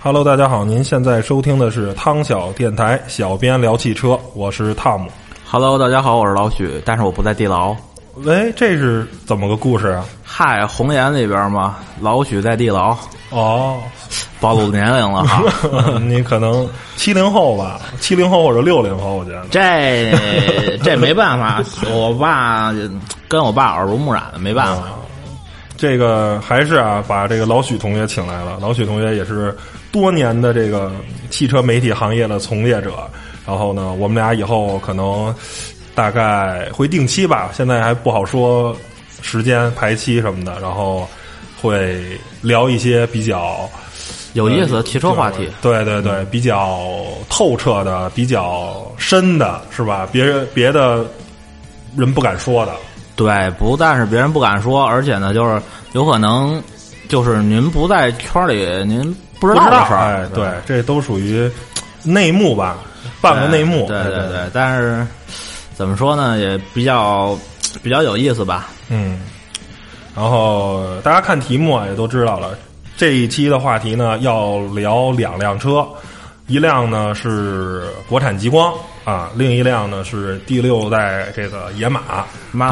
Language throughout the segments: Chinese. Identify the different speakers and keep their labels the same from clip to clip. Speaker 1: Hello，大家好，您现在收听的是汤小电台，小编聊汽车，我是汤姆。
Speaker 2: Hello，大家好，我是老许，但是我不在地牢。
Speaker 1: 喂，这是怎么个故事啊？
Speaker 2: 嗨，《红岩》里边嘛，老许在地牢，
Speaker 1: 哦，
Speaker 2: 暴露年龄了哈。
Speaker 1: 你可能七零后吧，七零后或者六零后，我觉得。
Speaker 2: 这这没办法，我爸跟我爸耳濡目染的，没办
Speaker 1: 嗯
Speaker 2: 法。
Speaker 1: 这个还是啊，把这个老许同学请来了。老许同学也是多年的这个汽车媒体行业的从业者。然后呢，我们俩以后可能大概会定期吧，现在还不好说时间排期什么的。然后会聊一些比较
Speaker 2: 有意思，汽车话题，
Speaker 1: 对对对，比较透彻的、比较深的，是吧？别人别的人不敢说的。
Speaker 2: 对，不但是别人不敢说，而且呢，就是有可能就是您不在圈里，您不知
Speaker 1: 不
Speaker 2: 道
Speaker 1: 知道
Speaker 2: 的事儿。
Speaker 1: 哎，对，这都属于内幕吧，
Speaker 2: 对，
Speaker 1: 半个内幕。哎
Speaker 2: 对对对，但是怎么说呢，也比较比较有意思吧。
Speaker 1: 嗯。然后大家看题目啊，也都知道了。这一期的话题呢，要聊两辆车，一辆呢是国产极光啊，另一辆呢是第六代这个野马。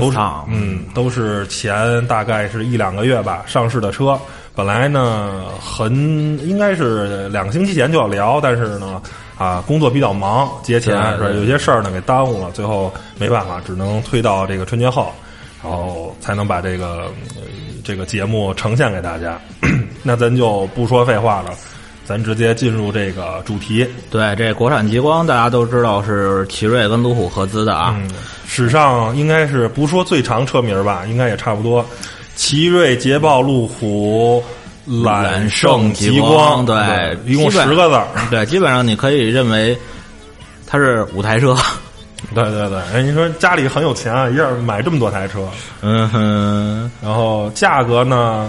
Speaker 1: 都是
Speaker 2: Mustang，
Speaker 1: 嗯，都是前大概是一两个月吧上市的车。本来呢，很应该是两个星期前就要聊，但是呢，啊，工作比较忙，节前
Speaker 2: 对
Speaker 1: 是吧
Speaker 2: 对
Speaker 1: 有些事儿呢给耽误了，最后没办法，只能推到这个呃春节后，然后才能把这个、呃这个节目呈现给大家。 那咱就不说废话了，咱直接进入这个主题。
Speaker 2: 对，这国产极光大家都知道是奇瑞跟路虎合资的啊。
Speaker 1: 嗯，史上应该是不说最长车名儿吧，应该也差不多。奇瑞、捷豹、路虎、揽胜、极
Speaker 2: 揽胜极光对
Speaker 1: 一共
Speaker 2: 基本
Speaker 1: 十个字儿。
Speaker 2: 对，基本上你可以认为它是五台车。
Speaker 1: 对对对，哎，你说家里很有钱啊，一下买这么多台车，
Speaker 2: 嗯哼，
Speaker 1: 然后价格呢，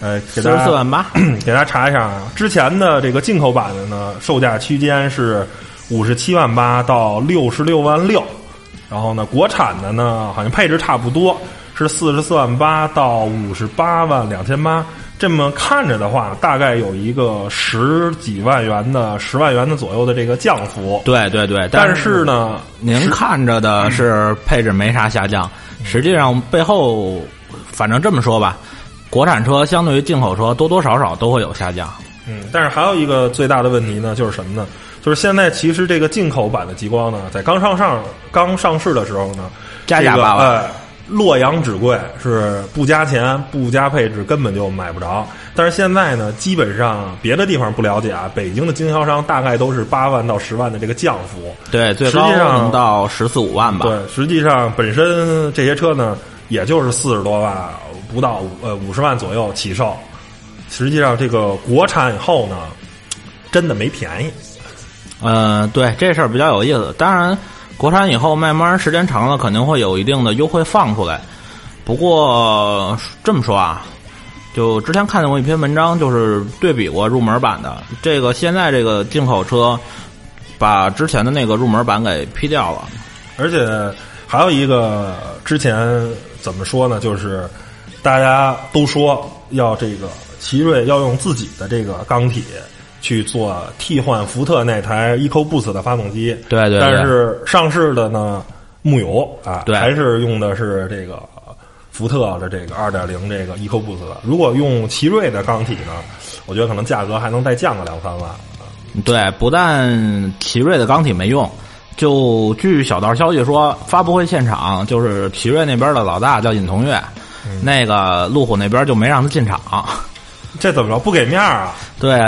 Speaker 1: 呃，给
Speaker 2: 四
Speaker 1: 大
Speaker 2: 十
Speaker 1: 家
Speaker 2: 四万八，
Speaker 1: 给大家查一下啊，之前的这个进口版的呢，售价区间是五十七万八到六十六万六，然后呢，国产的呢好像配置差不多，是四十四万八到五十八万两千八。这么看着的话，大概有一个十几万元的、十万元的左右的这个降幅。
Speaker 2: 对对对，
Speaker 1: 但
Speaker 2: 是
Speaker 1: 是嗯呢，
Speaker 2: 您看着的是配置没啥下降，实际上背后，反正这么说吧，国产车相对于进口车多多少少都会有下降。
Speaker 1: 嗯，但是还有一个最大的问题呢，就是什么呢？就是现在其实这个进口版的极光呢，在刚上上刚上市的时候呢，
Speaker 2: 加价
Speaker 1: 这个
Speaker 2: 八万
Speaker 1: 呃，洛阳纸贵是不加钱不加配置根本就买不着。但是现在呢，基本上别的地方不了解啊，北京的经销商大概都是八万到十万的这个降幅。
Speaker 2: 对，最
Speaker 1: 实际
Speaker 2: 高
Speaker 1: 上
Speaker 2: 能到十四五万吧。
Speaker 1: 对，实际上本身这些车呢，也就是四十多万不到五呃五十万左右起售。实际上这个国产以后呢，真的没便宜。
Speaker 2: 嗯，对，这事儿比较有意思。当然，国产以后慢慢时间长了，肯定会有一定的优惠放出来。不过这么说啊，就之前看见过一篇文章，就是对比过入门版的这个，现在这个进口车把之前的那个入门版给批掉了。
Speaker 1: 而且还有一个之前怎么说呢，就是大家都说要这个奇瑞要用自己的这个钢铁去做替换福特那台 EcoBoost 的发动机，
Speaker 2: 对对对
Speaker 1: 但是上市的呢木有啊，
Speaker 2: 对
Speaker 1: 还是用的是这个福特的这个2.0这个 EcoBoost 的。如果用奇瑞的钢体呢，我觉得可能价格还能再降个两三万。
Speaker 2: 嗯对，不但奇瑞的钢体没用，就据小道消息说，发布会现场就是奇瑞那边的老大叫尹同跃，那个路虎那边就没让他进场。
Speaker 1: 这怎么着不给面儿啊？
Speaker 2: 对，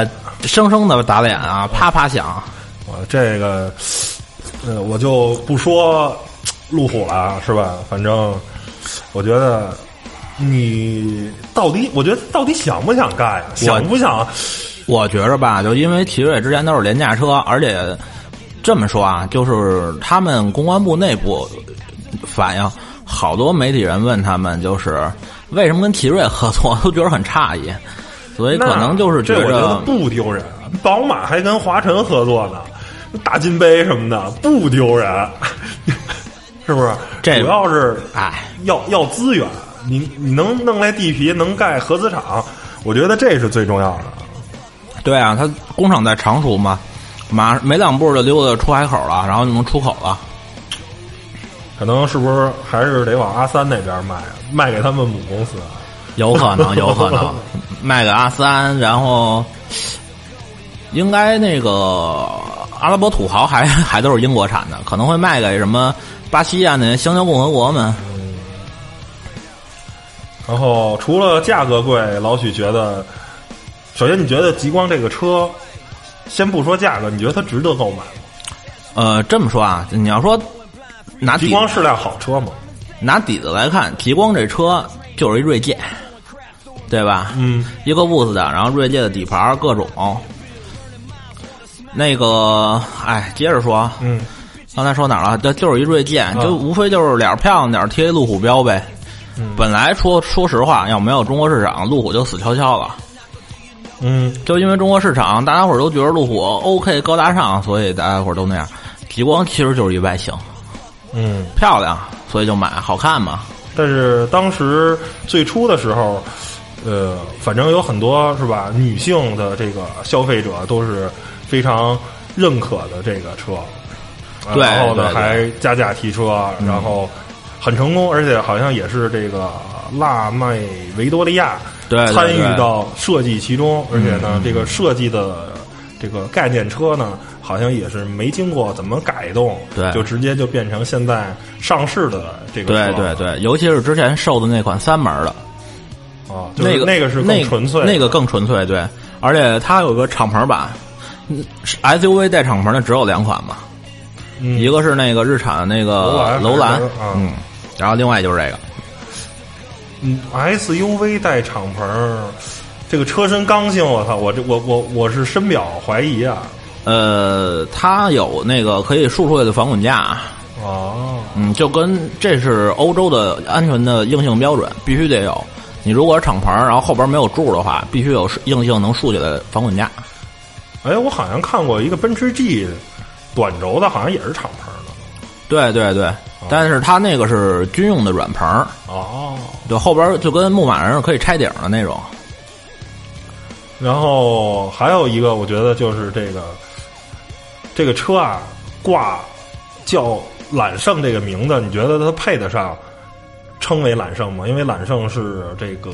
Speaker 2: 生生的打脸啊，啪啪响。
Speaker 1: 我这个，呃，我就不说路虎了啊，是吧？反正我觉得你到底，我觉得到底想不想干呀？想不想？
Speaker 2: 我觉着吧，就因为奇瑞之前都是廉价车，而且这么说啊，就是他们公关部内部反映，好多媒体人问他们，就是为什么跟奇瑞合作，都觉得很诧异。所以可能就是
Speaker 1: 这，
Speaker 2: 觉
Speaker 1: 我觉得
Speaker 2: 着，
Speaker 1: 不丢人。宝马还跟华晨合作呢，大金杯什么的不丢人， 是不是？
Speaker 2: 这
Speaker 1: 主要是
Speaker 2: 哎，
Speaker 1: 要要资源，你你能弄来地皮，能盖合资厂，我觉得这是最重要的。
Speaker 2: 对啊，它工厂在常熟嘛，马没两步就溜达出海口了，然后就能出口了。
Speaker 1: 可能是不是还是得往阿三那边卖，卖给他们母公司啊？
Speaker 2: 有可 能，有可能卖给阿三，然后应该那个阿拉伯土豪还 还都是英国产的，可能会卖给什么巴西啊那些香蕉共和国们。
Speaker 1: 然后除了价格贵，老许觉得，首先你觉得极光这个车，先不说价格，你觉得它值得购买吗？
Speaker 2: 呃，这么说啊，你要说拿
Speaker 1: 极
Speaker 2: 底
Speaker 1: 光是辆好车吗？
Speaker 2: 拿底子来看，极光这车就是一锐界，对吧？
Speaker 1: 嗯，
Speaker 2: 一个 Boost 的，然后锐界的底盘各种。那个，哎，接着说，
Speaker 1: 嗯，
Speaker 2: 刚才说哪儿了？就就是一锐界，就无非就是脸儿漂亮点儿，贴一路虎标呗。
Speaker 1: 嗯
Speaker 2: 本来说说实话，要没有中国市场，路虎就死翘翘了。
Speaker 1: 嗯，
Speaker 2: 就因为中国市场，大家伙儿都觉得路虎 OK 高大上，所以大家伙儿都那样。极光其实就是一外形，
Speaker 1: 嗯，
Speaker 2: 漂亮，所以就买，好看嘛。
Speaker 1: 但是当时最初的时候，呃，反正有很多是吧，女性的这个消费者都是非常认可的这个车，呃
Speaker 2: 对
Speaker 1: 然后呢
Speaker 2: 对对嗯
Speaker 1: 还加价提车，然后很成功，而且好像也是这个辣妹维多利亚
Speaker 2: 对嗯对对
Speaker 1: 参与到设计其中，而且呢，这个设计的。这个概念车呢，好像也是没经过怎么改动，
Speaker 2: 对
Speaker 1: 就直接就变成现在上市的这个车
Speaker 2: 对对对，尤其是之前售的那款三门的，
Speaker 1: 啊，就是
Speaker 2: 那个
Speaker 1: 那个是更纯粹，
Speaker 2: 那个，那个更纯粹，对，而且它有个敞篷版嗯是，SUV 带敞篷的只有两款嘛，
Speaker 1: 嗯
Speaker 2: 一个是那个日产的那个
Speaker 1: 楼兰
Speaker 2: 楼
Speaker 1: 还
Speaker 2: 兰
Speaker 1: 是啊，
Speaker 2: 嗯，然后另外就是这个，
Speaker 1: 嗯 SUV 带敞篷儿，这个车身刚性，我操，我这我我我是深表怀疑啊！
Speaker 2: 呃，它有那个可以竖出来的防滚架，
Speaker 1: 哦，
Speaker 2: 嗯，就跟这是欧洲的安全的硬性标准，必须得有。你如果是敞篷，然后后边没有柱的话，必须有硬性能竖起来的防滚架。
Speaker 1: 哎，我好像看过一个奔驰 G 短轴的，好像也是敞篷的。
Speaker 2: 对对对，但是它那个是军用的软棚儿，
Speaker 1: 哦，
Speaker 2: 对，后边就跟牧马人是可以拆顶的那种。
Speaker 1: 然后还有一个，我觉得就是这个这个车啊，挂叫揽胜这个名字，你觉得它配得上称为揽胜吗？因为揽胜是这个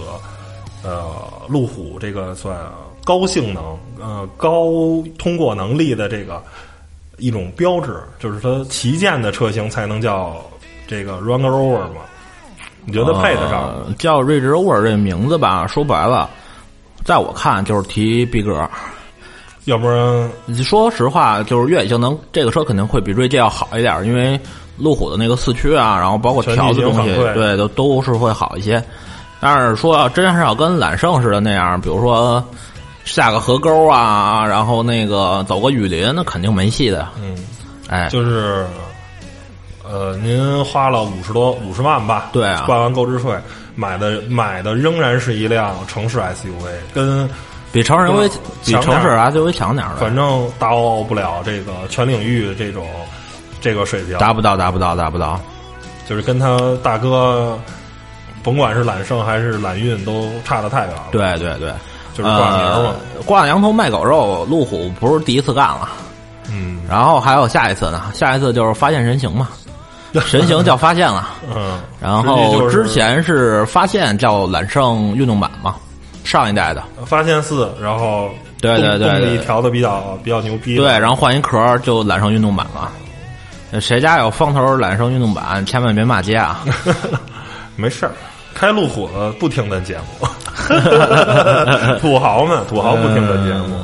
Speaker 1: 呃路虎这个算高性能呃高通过能力的这个一种标志，就是它旗舰的车型才能叫这个 Range Rover 嘛。你觉得配得上吗？
Speaker 2: 呃叫瑞士沃尔这名字吧，说白了，在我看就是提逼格。
Speaker 1: 要不然
Speaker 2: 你说实话，就是越野性能这个车肯定会比锐界要好一点，因为路虎的那个四驱啊，然后包括调
Speaker 1: 全
Speaker 2: 的东西
Speaker 1: 地形反馈，
Speaker 2: 对，都都是会好一些。但是说要真是要跟揽胜似的那样，比如说下个河沟啊，然后那个走个雨林，那肯定没戏的。
Speaker 1: 嗯。
Speaker 2: 哎，
Speaker 1: 就是，呃，您花了五十多五十万吧？
Speaker 2: 对啊
Speaker 1: 办完购置税，买的买的仍然是一辆城市 SUV，跟
Speaker 2: 比城市 SUV
Speaker 1: 强
Speaker 2: 比
Speaker 1: 点儿
Speaker 2: 城市 SUV 强点儿的，
Speaker 1: 反正达到不了这个全领域这种这个水平，
Speaker 2: 达不到，达不到，达不到。
Speaker 1: 就是跟他大哥，甭管是揽胜还是揽运，都差得太远了。，
Speaker 2: 对对对，
Speaker 1: 就是挂名儿嘛。
Speaker 2: 呃挂羊头卖狗肉，路虎不是第一次干了，
Speaker 1: 嗯
Speaker 2: 然后还有下一次呢，下一次就是发现神 行嘛，神行叫发现了，
Speaker 1: 嗯，
Speaker 2: 然
Speaker 1: 实际就
Speaker 2: 后
Speaker 1: 是
Speaker 2: 之前是发现叫揽胜运动版嘛，上一代的，
Speaker 1: 发现四，然后
Speaker 2: 对对
Speaker 1: 动
Speaker 2: 对
Speaker 1: 动力
Speaker 2: 对
Speaker 1: 调的比较比较牛逼，
Speaker 2: 对，然后换一壳就揽胜运动版了。谁家有方头揽胜运动版，千万别骂街 啊！
Speaker 1: 没事儿，开路虎的不听咱节目，土豪们，土豪不听咱节目，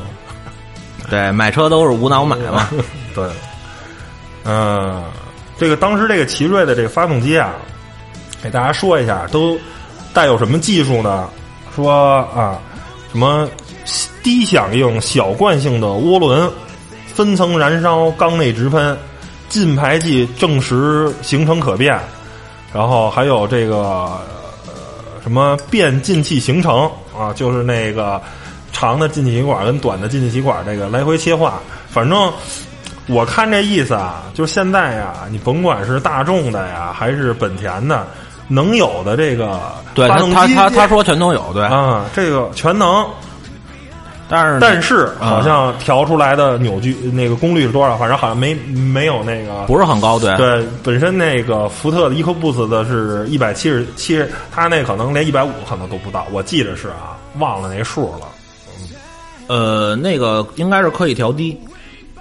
Speaker 2: 对，买车都是无脑买嘛。
Speaker 1: 对，嗯、这个当时这个奇瑞的这个发动机啊，给大家说一下，都带有什么技术呢？说啊，什么低响应小惯性的涡轮，分层燃烧缸内直喷，进排气正时行程可变，然后还有这个呃什么变进气行程啊，就是那个长的进气管跟短的进气管这个来回切换。反正我看这意思啊，就是现在呀，你甭管是大众的呀，还是本田的，能有的这个
Speaker 2: 对
Speaker 1: 发
Speaker 2: 他
Speaker 1: 动
Speaker 2: 他
Speaker 1: 机啊
Speaker 2: 他他说全都有，对，
Speaker 1: 啊，这个全能。
Speaker 2: 但是
Speaker 1: 但是好
Speaker 2: 嗯
Speaker 1: 像调出来的扭矩那个功率是多少？反正好像没没有那个
Speaker 2: 不是很高，对，
Speaker 1: 对，本身那个福特的 EcoBoost 的是一百七十七，它那可能连一百五可能都不到，我记着是啊，忘了那数了。
Speaker 2: 呃，那个应该是可以调低，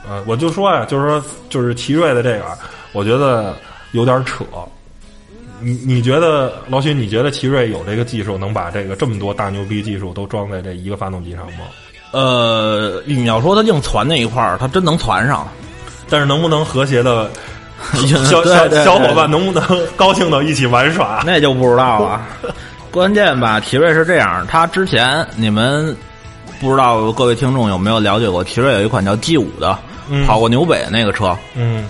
Speaker 1: 呃，我就说呀、就是说，就是奇瑞的这个，我觉得有点扯。你你觉得老许，你觉得奇瑞有这个技术能把这个这么多大牛逼技术都装在这一个发动机上吗？
Speaker 2: 呃，你要说它硬攒那一块儿，它真能攒上，
Speaker 1: 但是能不能和谐 的
Speaker 2: 对
Speaker 1: 小小
Speaker 2: 对对
Speaker 1: 小伙伴能不能高兴到一起玩耍？
Speaker 2: 那就不知道了。 关键吧，奇瑞是这样，它之前你们不知道各位听众有没有了解过，奇瑞有一款叫 G 五的，
Speaker 1: 嗯
Speaker 2: 跑过纽北那个车，
Speaker 1: 嗯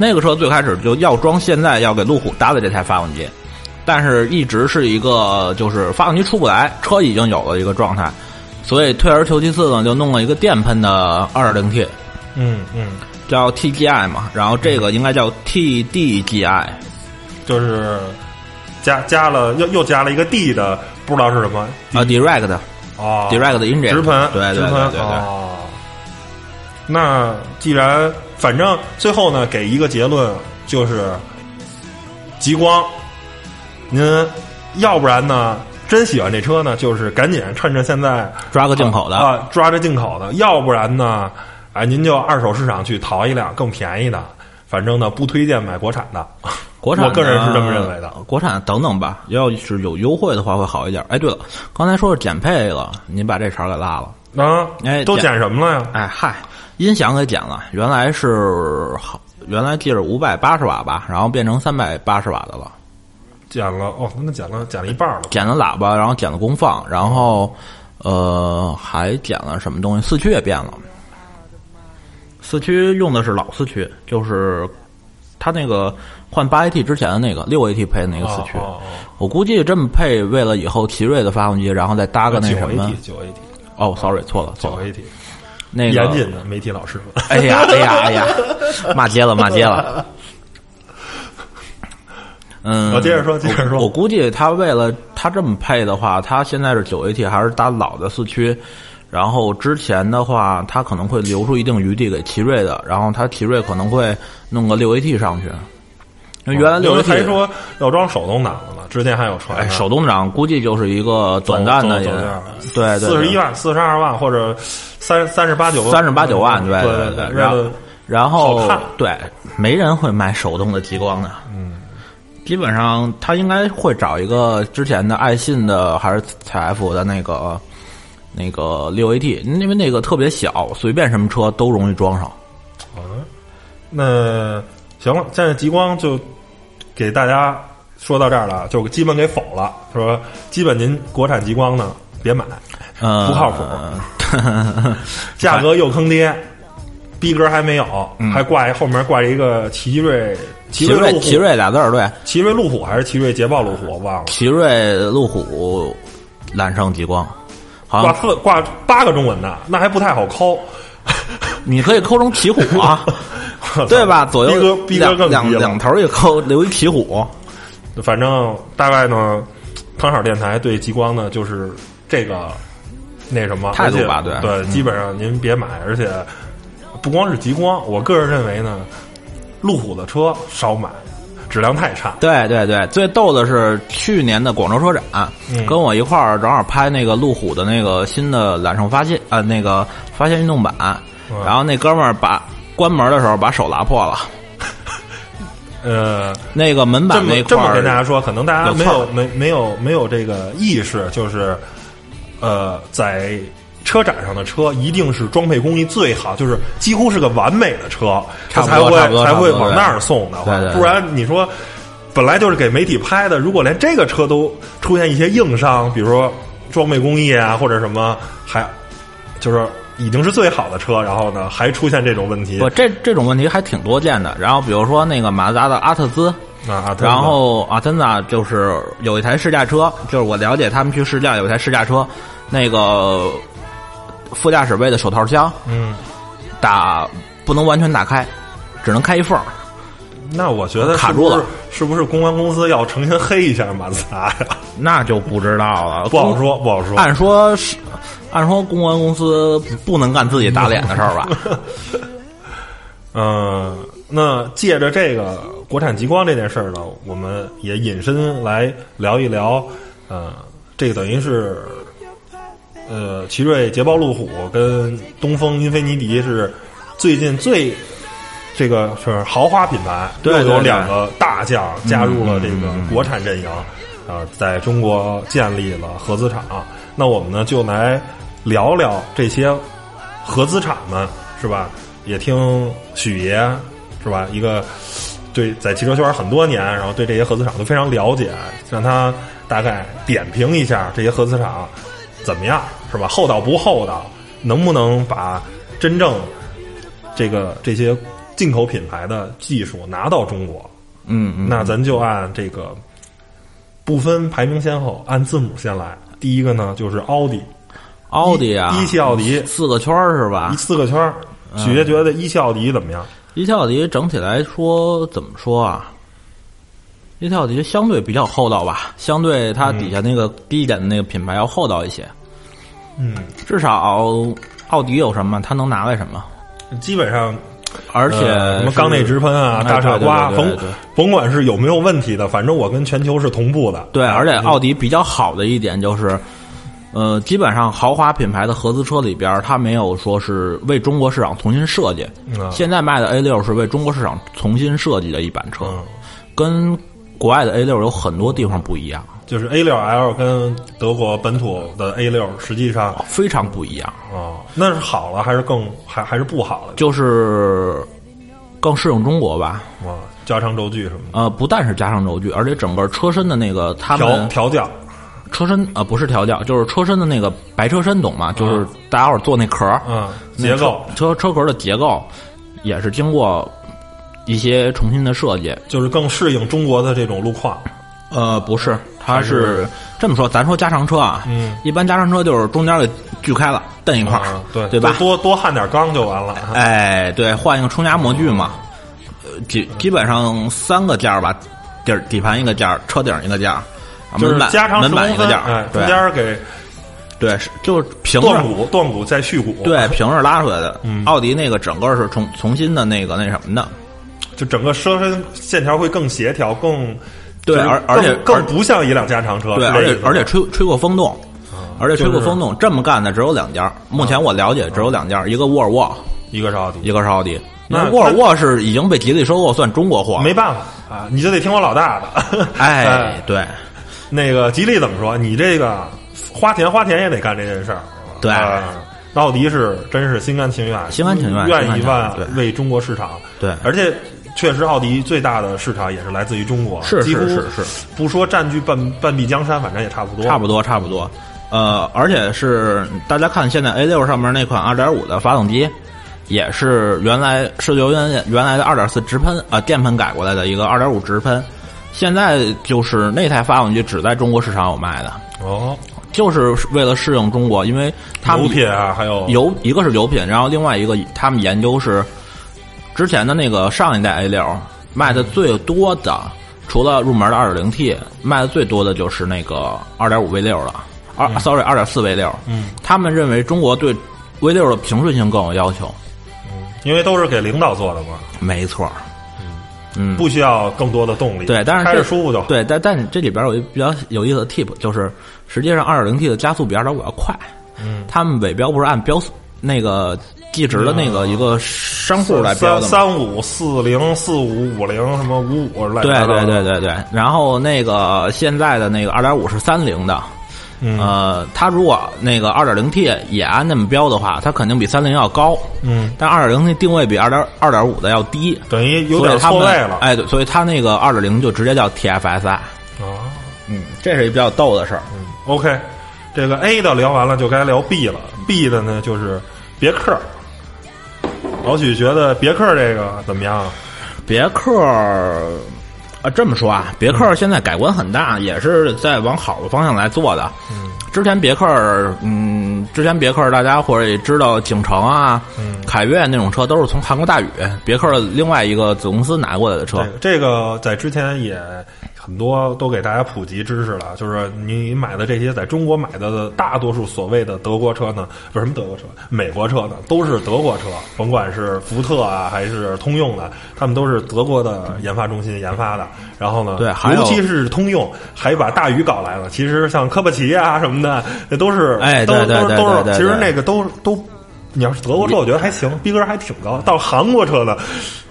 Speaker 2: 那个车最开始就要装，现在要给路虎搭的这台发动机，但是一直是一个就是发动机出不来，车已经有了一个状态，所以退而求其次呢，就弄了一个电喷的 2.0T，
Speaker 1: 嗯嗯，
Speaker 2: 叫 TGI 嘛，然后这个应该叫 TDGI，
Speaker 1: 就是加加了又又加了一个 D 的，不知道是什么
Speaker 2: 啊，Direct
Speaker 1: 嗯哦
Speaker 2: Direct Engine，
Speaker 1: 直喷，
Speaker 2: 对
Speaker 1: 直
Speaker 2: 对
Speaker 1: 喷
Speaker 2: 对对对。
Speaker 1: 哦。那既然反正最后呢，给一个结论就是，极光，您要不然呢，真喜欢这车呢，就是赶紧趁着现在
Speaker 2: 抓个进口的，
Speaker 1: 啊、抓着进口的；要不然呢，哎，您就二手市场去淘一辆更便宜的。反正呢，不推荐买国产的。
Speaker 2: 国产
Speaker 1: 我个人是这么
Speaker 2: 呢
Speaker 1: 认为的。
Speaker 2: 国产等等吧，要是有优惠的话会好一点。哎，对了，刚才说是减配了，您把这茬儿给落了。
Speaker 1: 啊，
Speaker 2: 哎
Speaker 1: 都
Speaker 2: 减
Speaker 1: 减什么了呀？
Speaker 2: 哎嗨，音响给减了，原来是好，原来记着五百八十瓦吧，然后变成三百八十瓦的了，
Speaker 1: 减了哦，那减了减了一半了。
Speaker 2: 减了喇叭，然后减了功放，然后呃还减了什么东西？四驱也变了，四驱用的是老四驱，就是它那个换八 AT 之前的那个六 AT 配的那个四驱。
Speaker 1: 哦哦哦
Speaker 2: 我估计这么配，为了以后奇瑞的发动机，然后再搭个那什么
Speaker 1: AT，，九 AT，
Speaker 2: 哦，sorry，错了，
Speaker 1: 九
Speaker 2: 错了，
Speaker 1: AT，
Speaker 2: 那个，
Speaker 1: 严谨的媒体老师傅。
Speaker 2: 哎 呀，哎呀，哎呀，骂街了，骂街了。嗯，
Speaker 1: 哦我接着说接着说
Speaker 2: 我。我估计他为了他这么配的话，他现在是九 AT 还是搭老的四驱，然后之前的话，他可能会留出一定余地给奇瑞的，然后他奇瑞可能会弄个六 AT 上去，因为原来六
Speaker 1: 有
Speaker 2: AT
Speaker 1: 人还说要装手动挡的呢，之前还有传呢。
Speaker 2: 哎，手动挡估计就是一个短暂的也
Speaker 1: 走走走
Speaker 2: 对对，
Speaker 1: 四十一
Speaker 2: 万，
Speaker 1: 万、四十二万或者三三十八九万、
Speaker 2: 38九万
Speaker 1: 对
Speaker 2: 对
Speaker 1: 对
Speaker 2: 对
Speaker 1: 对
Speaker 2: 对
Speaker 1: 为了
Speaker 2: 然
Speaker 1: 好
Speaker 2: 后
Speaker 1: 看
Speaker 2: 对，没人会买手动的极光的，嗯，基本上他应该会找一个之前的爱信的还是采埃孚的那个那个六 AT，因为那个特别小，随便什么车都容易装上。
Speaker 1: 嗯那行了，现在极光就给大家说到这儿了，就基本给否了，说基本您国产极光呢别买，
Speaker 2: 呃，
Speaker 1: 不靠谱价格又坑爹。逼格还没有，
Speaker 2: 嗯
Speaker 1: 还挂一后面挂一个奇瑞奇
Speaker 2: 奇
Speaker 1: 瑞
Speaker 2: 瑞
Speaker 1: 路
Speaker 2: 奇
Speaker 1: 虎
Speaker 2: 瑞俩字儿，对，
Speaker 1: 奇瑞路虎还是奇瑞捷豹路虎，我忘了。
Speaker 2: 奇瑞路虎揽胜极光，好
Speaker 1: 挂
Speaker 2: 像
Speaker 1: 四挂八个中文的，那还不太好抠。
Speaker 2: 你可以抠成奇虎 啊。 对吧？左
Speaker 1: 逼
Speaker 2: 右
Speaker 1: 哥逼哥更
Speaker 2: 两两
Speaker 1: 逼了
Speaker 2: 两头儿一抠，留一骑虎。
Speaker 1: 反正大概呢，康少电台对极光呢就是这个那什么
Speaker 2: 态度
Speaker 1: 而
Speaker 2: 吧
Speaker 1: 且
Speaker 2: 对嗯
Speaker 1: 对，基本上您别买，而且不光是极光，我个人认为呢，路虎的车少买，质量太差。
Speaker 2: 对对对，最逗的是去年的广州车展，
Speaker 1: 嗯
Speaker 2: 跟我一块儿正好拍那个路虎的那个新的揽胜发现啊、呃那个发现运动版，
Speaker 1: 嗯
Speaker 2: 然后那哥们儿把关门的时候把手拉破了，
Speaker 1: 呃，
Speaker 2: 那个门
Speaker 1: 这
Speaker 2: 板那
Speaker 1: 么
Speaker 2: 块
Speaker 1: 这么
Speaker 2: 儿
Speaker 1: 跟大家说，可能大家
Speaker 2: 有
Speaker 1: 没
Speaker 2: 刺
Speaker 1: 有
Speaker 2: 儿
Speaker 1: 没没有没有这个意识，就是呃，在车展上的车一定是装配工艺最好，就是几乎是个完美的车，它
Speaker 2: 差
Speaker 1: 才
Speaker 2: 不多
Speaker 1: 会
Speaker 2: 差不多
Speaker 1: 才
Speaker 2: 差不
Speaker 1: 会
Speaker 2: 多
Speaker 1: 往
Speaker 2: 对
Speaker 1: 那儿送的话，
Speaker 2: 对对对
Speaker 1: 不然你说。本来就是给媒体拍的，如果连这个车都出现一些硬伤，比如说装备工艺啊，或者什么，还就是已经是最好的车，然后呢还出现这种问题
Speaker 2: 不这这种问题还挺多见的。然后比如说那个马自达的阿特兹，
Speaker 1: 啊，
Speaker 2: 然后阿森纳就是有一台试驾车，就是我了解他们去试驾有一台试驾车，那个副驾驶位的手套箱
Speaker 1: 嗯，
Speaker 2: 打不能完全打开，只能开一缝儿，
Speaker 1: 那我觉得
Speaker 2: 卡
Speaker 1: 是不
Speaker 2: 住
Speaker 1: 是
Speaker 2: 了
Speaker 1: 是不是公关公司要诚心黑一下马自达呀？
Speaker 2: 那就不知道了，
Speaker 1: 不好。说，不好说。
Speaker 2: 按说是，按说公关公司不能干自己打脸的事 儿吧？
Speaker 1: 嗯，那借着这个国产极光这件事儿呢，我们也引申来聊一聊，呃，这个等于是，呃，奇瑞捷豹路虎跟东风英菲尼迪是最近最这个是豪华品牌，
Speaker 2: 对
Speaker 1: 又有
Speaker 2: 对对
Speaker 1: 两个大将加入了这个国产阵营，啊，在中国建立了合资厂。那我们呢就来聊聊这些合资厂们，是吧？也听许爷是吧？一个对在汽车圈很多年，然后对这些合资厂都非常了解，让他大概点评一下这些合资厂怎么样，是吧？厚道不厚道？能不能把真正这个这些进口品牌的技术拿到中国？
Speaker 2: 嗯嗯，
Speaker 1: 那咱就按这个不分排名先后，按字母先来。第一个呢就是奥迪，
Speaker 2: 奥迪啊，嗯
Speaker 1: 一一汽奥迪
Speaker 2: 四个圈儿是吧
Speaker 1: 一？四个圈儿。许爷觉得一汽奥迪怎么样？
Speaker 2: 一汽奥迪整体来说怎么说啊？一汽奥迪相对比较厚道吧，相对它底下那个低一点的那个品牌要厚道一些。
Speaker 1: 嗯，
Speaker 2: 至少奥迪有什么，它能拿来什么，
Speaker 1: 基本上，
Speaker 2: 而且
Speaker 1: 呃什么
Speaker 2: 是
Speaker 1: 缸内直喷啊、
Speaker 2: 哎
Speaker 1: 大傻瓜，
Speaker 2: 对对对
Speaker 1: 甭
Speaker 2: 对对
Speaker 1: 甭管是有没有问题的，反正我跟全球是同步的。嗯
Speaker 2: 对，而且奥迪比较好的一点就是，呃，基本上豪华品牌的合资车里边儿，它没有说是为中国市场重新设计。
Speaker 1: 嗯
Speaker 2: 现在卖的 A 六是为中国市场重新设计的一版车，
Speaker 1: 嗯
Speaker 2: 跟国外的 A 六有很多地方不一样，
Speaker 1: 就是 A 六 L 跟德国本土的 A 六，实际上啊、
Speaker 2: 非常不一样，
Speaker 1: 哦那是好了还是更还还是不好了？
Speaker 2: 就是更适应中国吧。
Speaker 1: 啊、加长轴距什么的，
Speaker 2: 呃，不但是加上轴距，而且整个车身的那个他
Speaker 1: 调
Speaker 2: 们
Speaker 1: 调教，
Speaker 2: 车身呃不是调教，就是车身的那个白车身，懂
Speaker 1: 啊
Speaker 2: 吗？就是大家伙儿坐那壳儿，
Speaker 1: 嗯，结构
Speaker 2: 车车壳的结构也是经过一些重新的设计。
Speaker 1: 就是更适应中国的这种路况。
Speaker 2: 呃，不是，它
Speaker 1: 是
Speaker 2: 是这么说，咱说加长车啊，
Speaker 1: 嗯，
Speaker 2: 一般加长车就是中间给锯开了，蹬一块儿、
Speaker 1: 啊对
Speaker 2: 对吧？
Speaker 1: 多多多焊点钢就完了。
Speaker 2: 哎，对，换一个冲压模具嘛，呃基基本上三个件儿吧，底儿底盘一个件儿，车顶一个件儿，啊
Speaker 1: 就是
Speaker 2: 门板
Speaker 1: 加长
Speaker 2: 门
Speaker 1: 十公
Speaker 2: 板一个
Speaker 1: 分，
Speaker 2: 件儿，
Speaker 1: 哎，中
Speaker 2: 对
Speaker 1: 间给
Speaker 2: 对，是就是平着
Speaker 1: 断骨、断骨再续骨，
Speaker 2: 对，平着拉出来的。
Speaker 1: 嗯
Speaker 2: 奥迪那个整个是重重新的那个那什么的，
Speaker 1: 就整个车身线条会更协调，更
Speaker 2: 对
Speaker 1: 就是
Speaker 2: 而而且
Speaker 1: 更
Speaker 2: 而
Speaker 1: 更不像一辆加长车，
Speaker 2: 对，
Speaker 1: 哦是这
Speaker 2: 而
Speaker 1: 意思啊哦
Speaker 2: 且
Speaker 1: 吗
Speaker 2: 而且吹吹过风洞，而且吹过风洞，这么干的只有两家。目
Speaker 1: 啊
Speaker 2: 前我了解只有两家，一个沃尔沃，
Speaker 1: 一个是奥
Speaker 2: 一
Speaker 1: 迪，
Speaker 2: 个是奥迪。
Speaker 1: 那
Speaker 2: 那沃尔沃是已经被吉利收购，算中国货。
Speaker 1: 没办法啊，你就得听我老大的。
Speaker 2: 哎，，对
Speaker 1: 那个吉利怎么说？你这个花钱花钱也得干这件事儿，
Speaker 2: 对
Speaker 1: 啊奥迪是真是心甘情愿，
Speaker 2: 心甘情愿心
Speaker 1: 愿
Speaker 2: 甘
Speaker 1: 意
Speaker 2: 情愿对
Speaker 1: 万为中国市场，
Speaker 2: 对，
Speaker 1: 而且确实，奥迪最大的市场也是来自于中国，
Speaker 2: 是
Speaker 1: 几乎
Speaker 2: 是是是，
Speaker 1: 不说占据半半壁江山，反正也差不多。
Speaker 2: 差不多差不多。呃，而且是大家看现在 A 六上面那款二点五的发动机，也是原来是由原原来的二点四直喷啊、呃电喷改过来的一个二点五直喷，现在就是那台发动机只在中国市场有卖的。
Speaker 1: 哦，
Speaker 2: 就是为了适应中国，因为他们
Speaker 1: 油品啊，还有
Speaker 2: 油一个是油品，然后另外一个他们研究是之前的那个上一代 A 六卖的最多的，除了入门的二点零 T 卖的最多的就是那个二点五 V 六了，二、sorry 二点四 V 六，
Speaker 1: 嗯，
Speaker 2: 他们认为中国对 V 六的平顺性更有要求，
Speaker 1: 因为都是给领导做的嘛，
Speaker 2: 没错儿，嗯，
Speaker 1: 不需要更多的动力。
Speaker 2: 对，但是
Speaker 1: 开
Speaker 2: 这
Speaker 1: 着舒服就好。
Speaker 2: 对，但但是这里边有一比较有意思的 tip，就是实际上二点零 T 的加速比二点五要快。
Speaker 1: 嗯，
Speaker 2: 他们尾标不是按标速那个计值的那个一个商户来标
Speaker 1: 嗯三
Speaker 2: 的吗？
Speaker 1: 三五四零四五五零什么五五来
Speaker 2: 对
Speaker 1: 来到
Speaker 2: 对对对对。然后那个现在的那个二点五是三零的，
Speaker 1: 嗯
Speaker 2: 呃，它如果那个二点零 T 也按那么标的话，它肯定比三零要高，
Speaker 1: 嗯，
Speaker 2: 但二点零 T 定位比二点二点五的要低，
Speaker 1: 等于有
Speaker 2: 所
Speaker 1: 点
Speaker 2: 以他
Speaker 1: 错
Speaker 2: 们
Speaker 1: 位了。
Speaker 2: 哎，对，所以它那个二点零就直接叫 TFSI。
Speaker 1: 啊
Speaker 2: 嗯，这是一比较逗的事儿。
Speaker 1: ，OK，这个 A 的聊完了，就该聊 B 了。B 的呢就是别克。老许觉得别克这个怎么样啊？
Speaker 2: 别克儿，啊，这么说啊，别克儿现在改观很大，也是在往好的方向来做的。嗯，之前别克儿，嗯，嗯，之前别克大家或者也知道，景程啊、凯越那种车都是从韩国大宇别克另外一个子公司拿过来的车。
Speaker 1: 对，这个在之前也很多都给大家普及知识了，就是你买的这些在中国买的大多数所谓的德国车呢，不是什么德国车，美国车呢，都是德国车，甭管是福特啊还是通用的，他们都是德国的研发中心研发的。然后呢，
Speaker 2: 对还有
Speaker 1: 尤其是通用还把大宇搞来了。其实像科帕奇啊什么的，那都是
Speaker 2: 哎
Speaker 1: 都
Speaker 2: 对对
Speaker 1: 都
Speaker 2: 对
Speaker 1: 都是
Speaker 2: 对，对
Speaker 1: 其实
Speaker 2: 对
Speaker 1: 那个都都。你要是德国车，我觉得还行，逼格还挺高。到韩国车呢，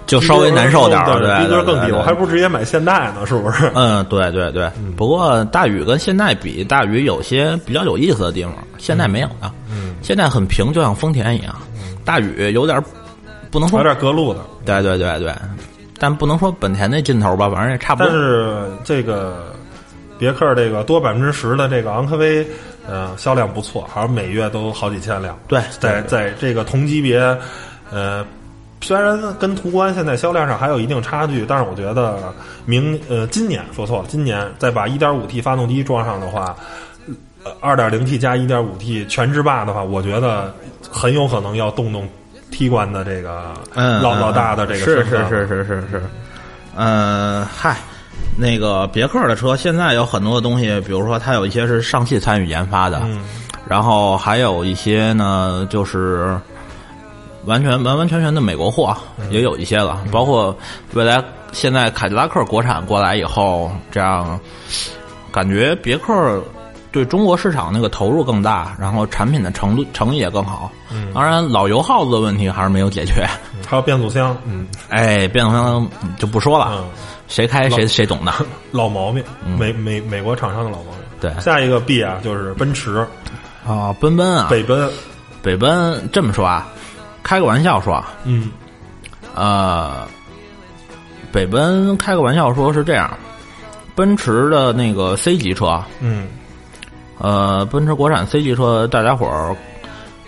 Speaker 2: 就稍微难受点儿对
Speaker 1: 逼格更低，
Speaker 2: 对对
Speaker 1: 我还不如直接买现代呢，是不是？
Speaker 2: 嗯，对对对。不过大宇跟现代比，大宇有些比较有意思的地方，现代没有的。嗯，现代很平，就像丰田一样。大宇有点儿不能说
Speaker 1: 有点隔路的。
Speaker 2: 对对对对，但不能说本田那劲头吧，反正也差不
Speaker 1: 但
Speaker 2: 多。
Speaker 1: 是这个别克这个多百分之十的这个昂科威，呃，销量不错，好像每月都好几千辆。
Speaker 2: 对
Speaker 1: 在在这个同级别，呃，虽然跟途观现在销量上还有一定差距，但是我觉得明呃今年说错了，今年再把 1.5T 发动机装上的话。呃二点零 T 加一点五 T 全制霸的话，我觉得很有可能要动动 T 冠的这个
Speaker 2: 嗯，
Speaker 1: 老
Speaker 2: 嗯
Speaker 1: 老大的这个啊
Speaker 2: 是
Speaker 1: 身份
Speaker 2: 是
Speaker 1: 了
Speaker 2: 是是是是，嗯，嗨。那个别克的车现在有很多的东西，比如说它有一些是上汽参与研发的，
Speaker 1: 嗯，
Speaker 2: 然后还有一些呢，就是完全完完全全的美国货，
Speaker 1: 嗯
Speaker 2: 也有一些了，包括未来现在凯迪拉克国产过来以后，这样感觉别克对中国市场那个投入更大，然后产品的程度诚意也更好。
Speaker 1: 嗯
Speaker 2: 当然老油耗子的问题还是没有解决，
Speaker 1: 还有变速箱，嗯
Speaker 2: 哎，变速箱就不说了，
Speaker 1: 嗯，
Speaker 2: 谁开谁谁 懂的。
Speaker 1: 老毛病，
Speaker 2: 啊嗯
Speaker 1: 美美美国厂商的老毛病。
Speaker 2: 对
Speaker 1: 下一个 B 啊，就是奔驰、
Speaker 2: 啊，奔奔啊，
Speaker 1: 北奔，
Speaker 2: 北奔这么说啊，开个玩笑说啊，
Speaker 1: 嗯
Speaker 2: 呃，北奔开个玩笑说是这样，奔驰的那个 C 级车，
Speaker 1: 嗯，
Speaker 2: 呃，奔驰国产 C 级车，大家伙儿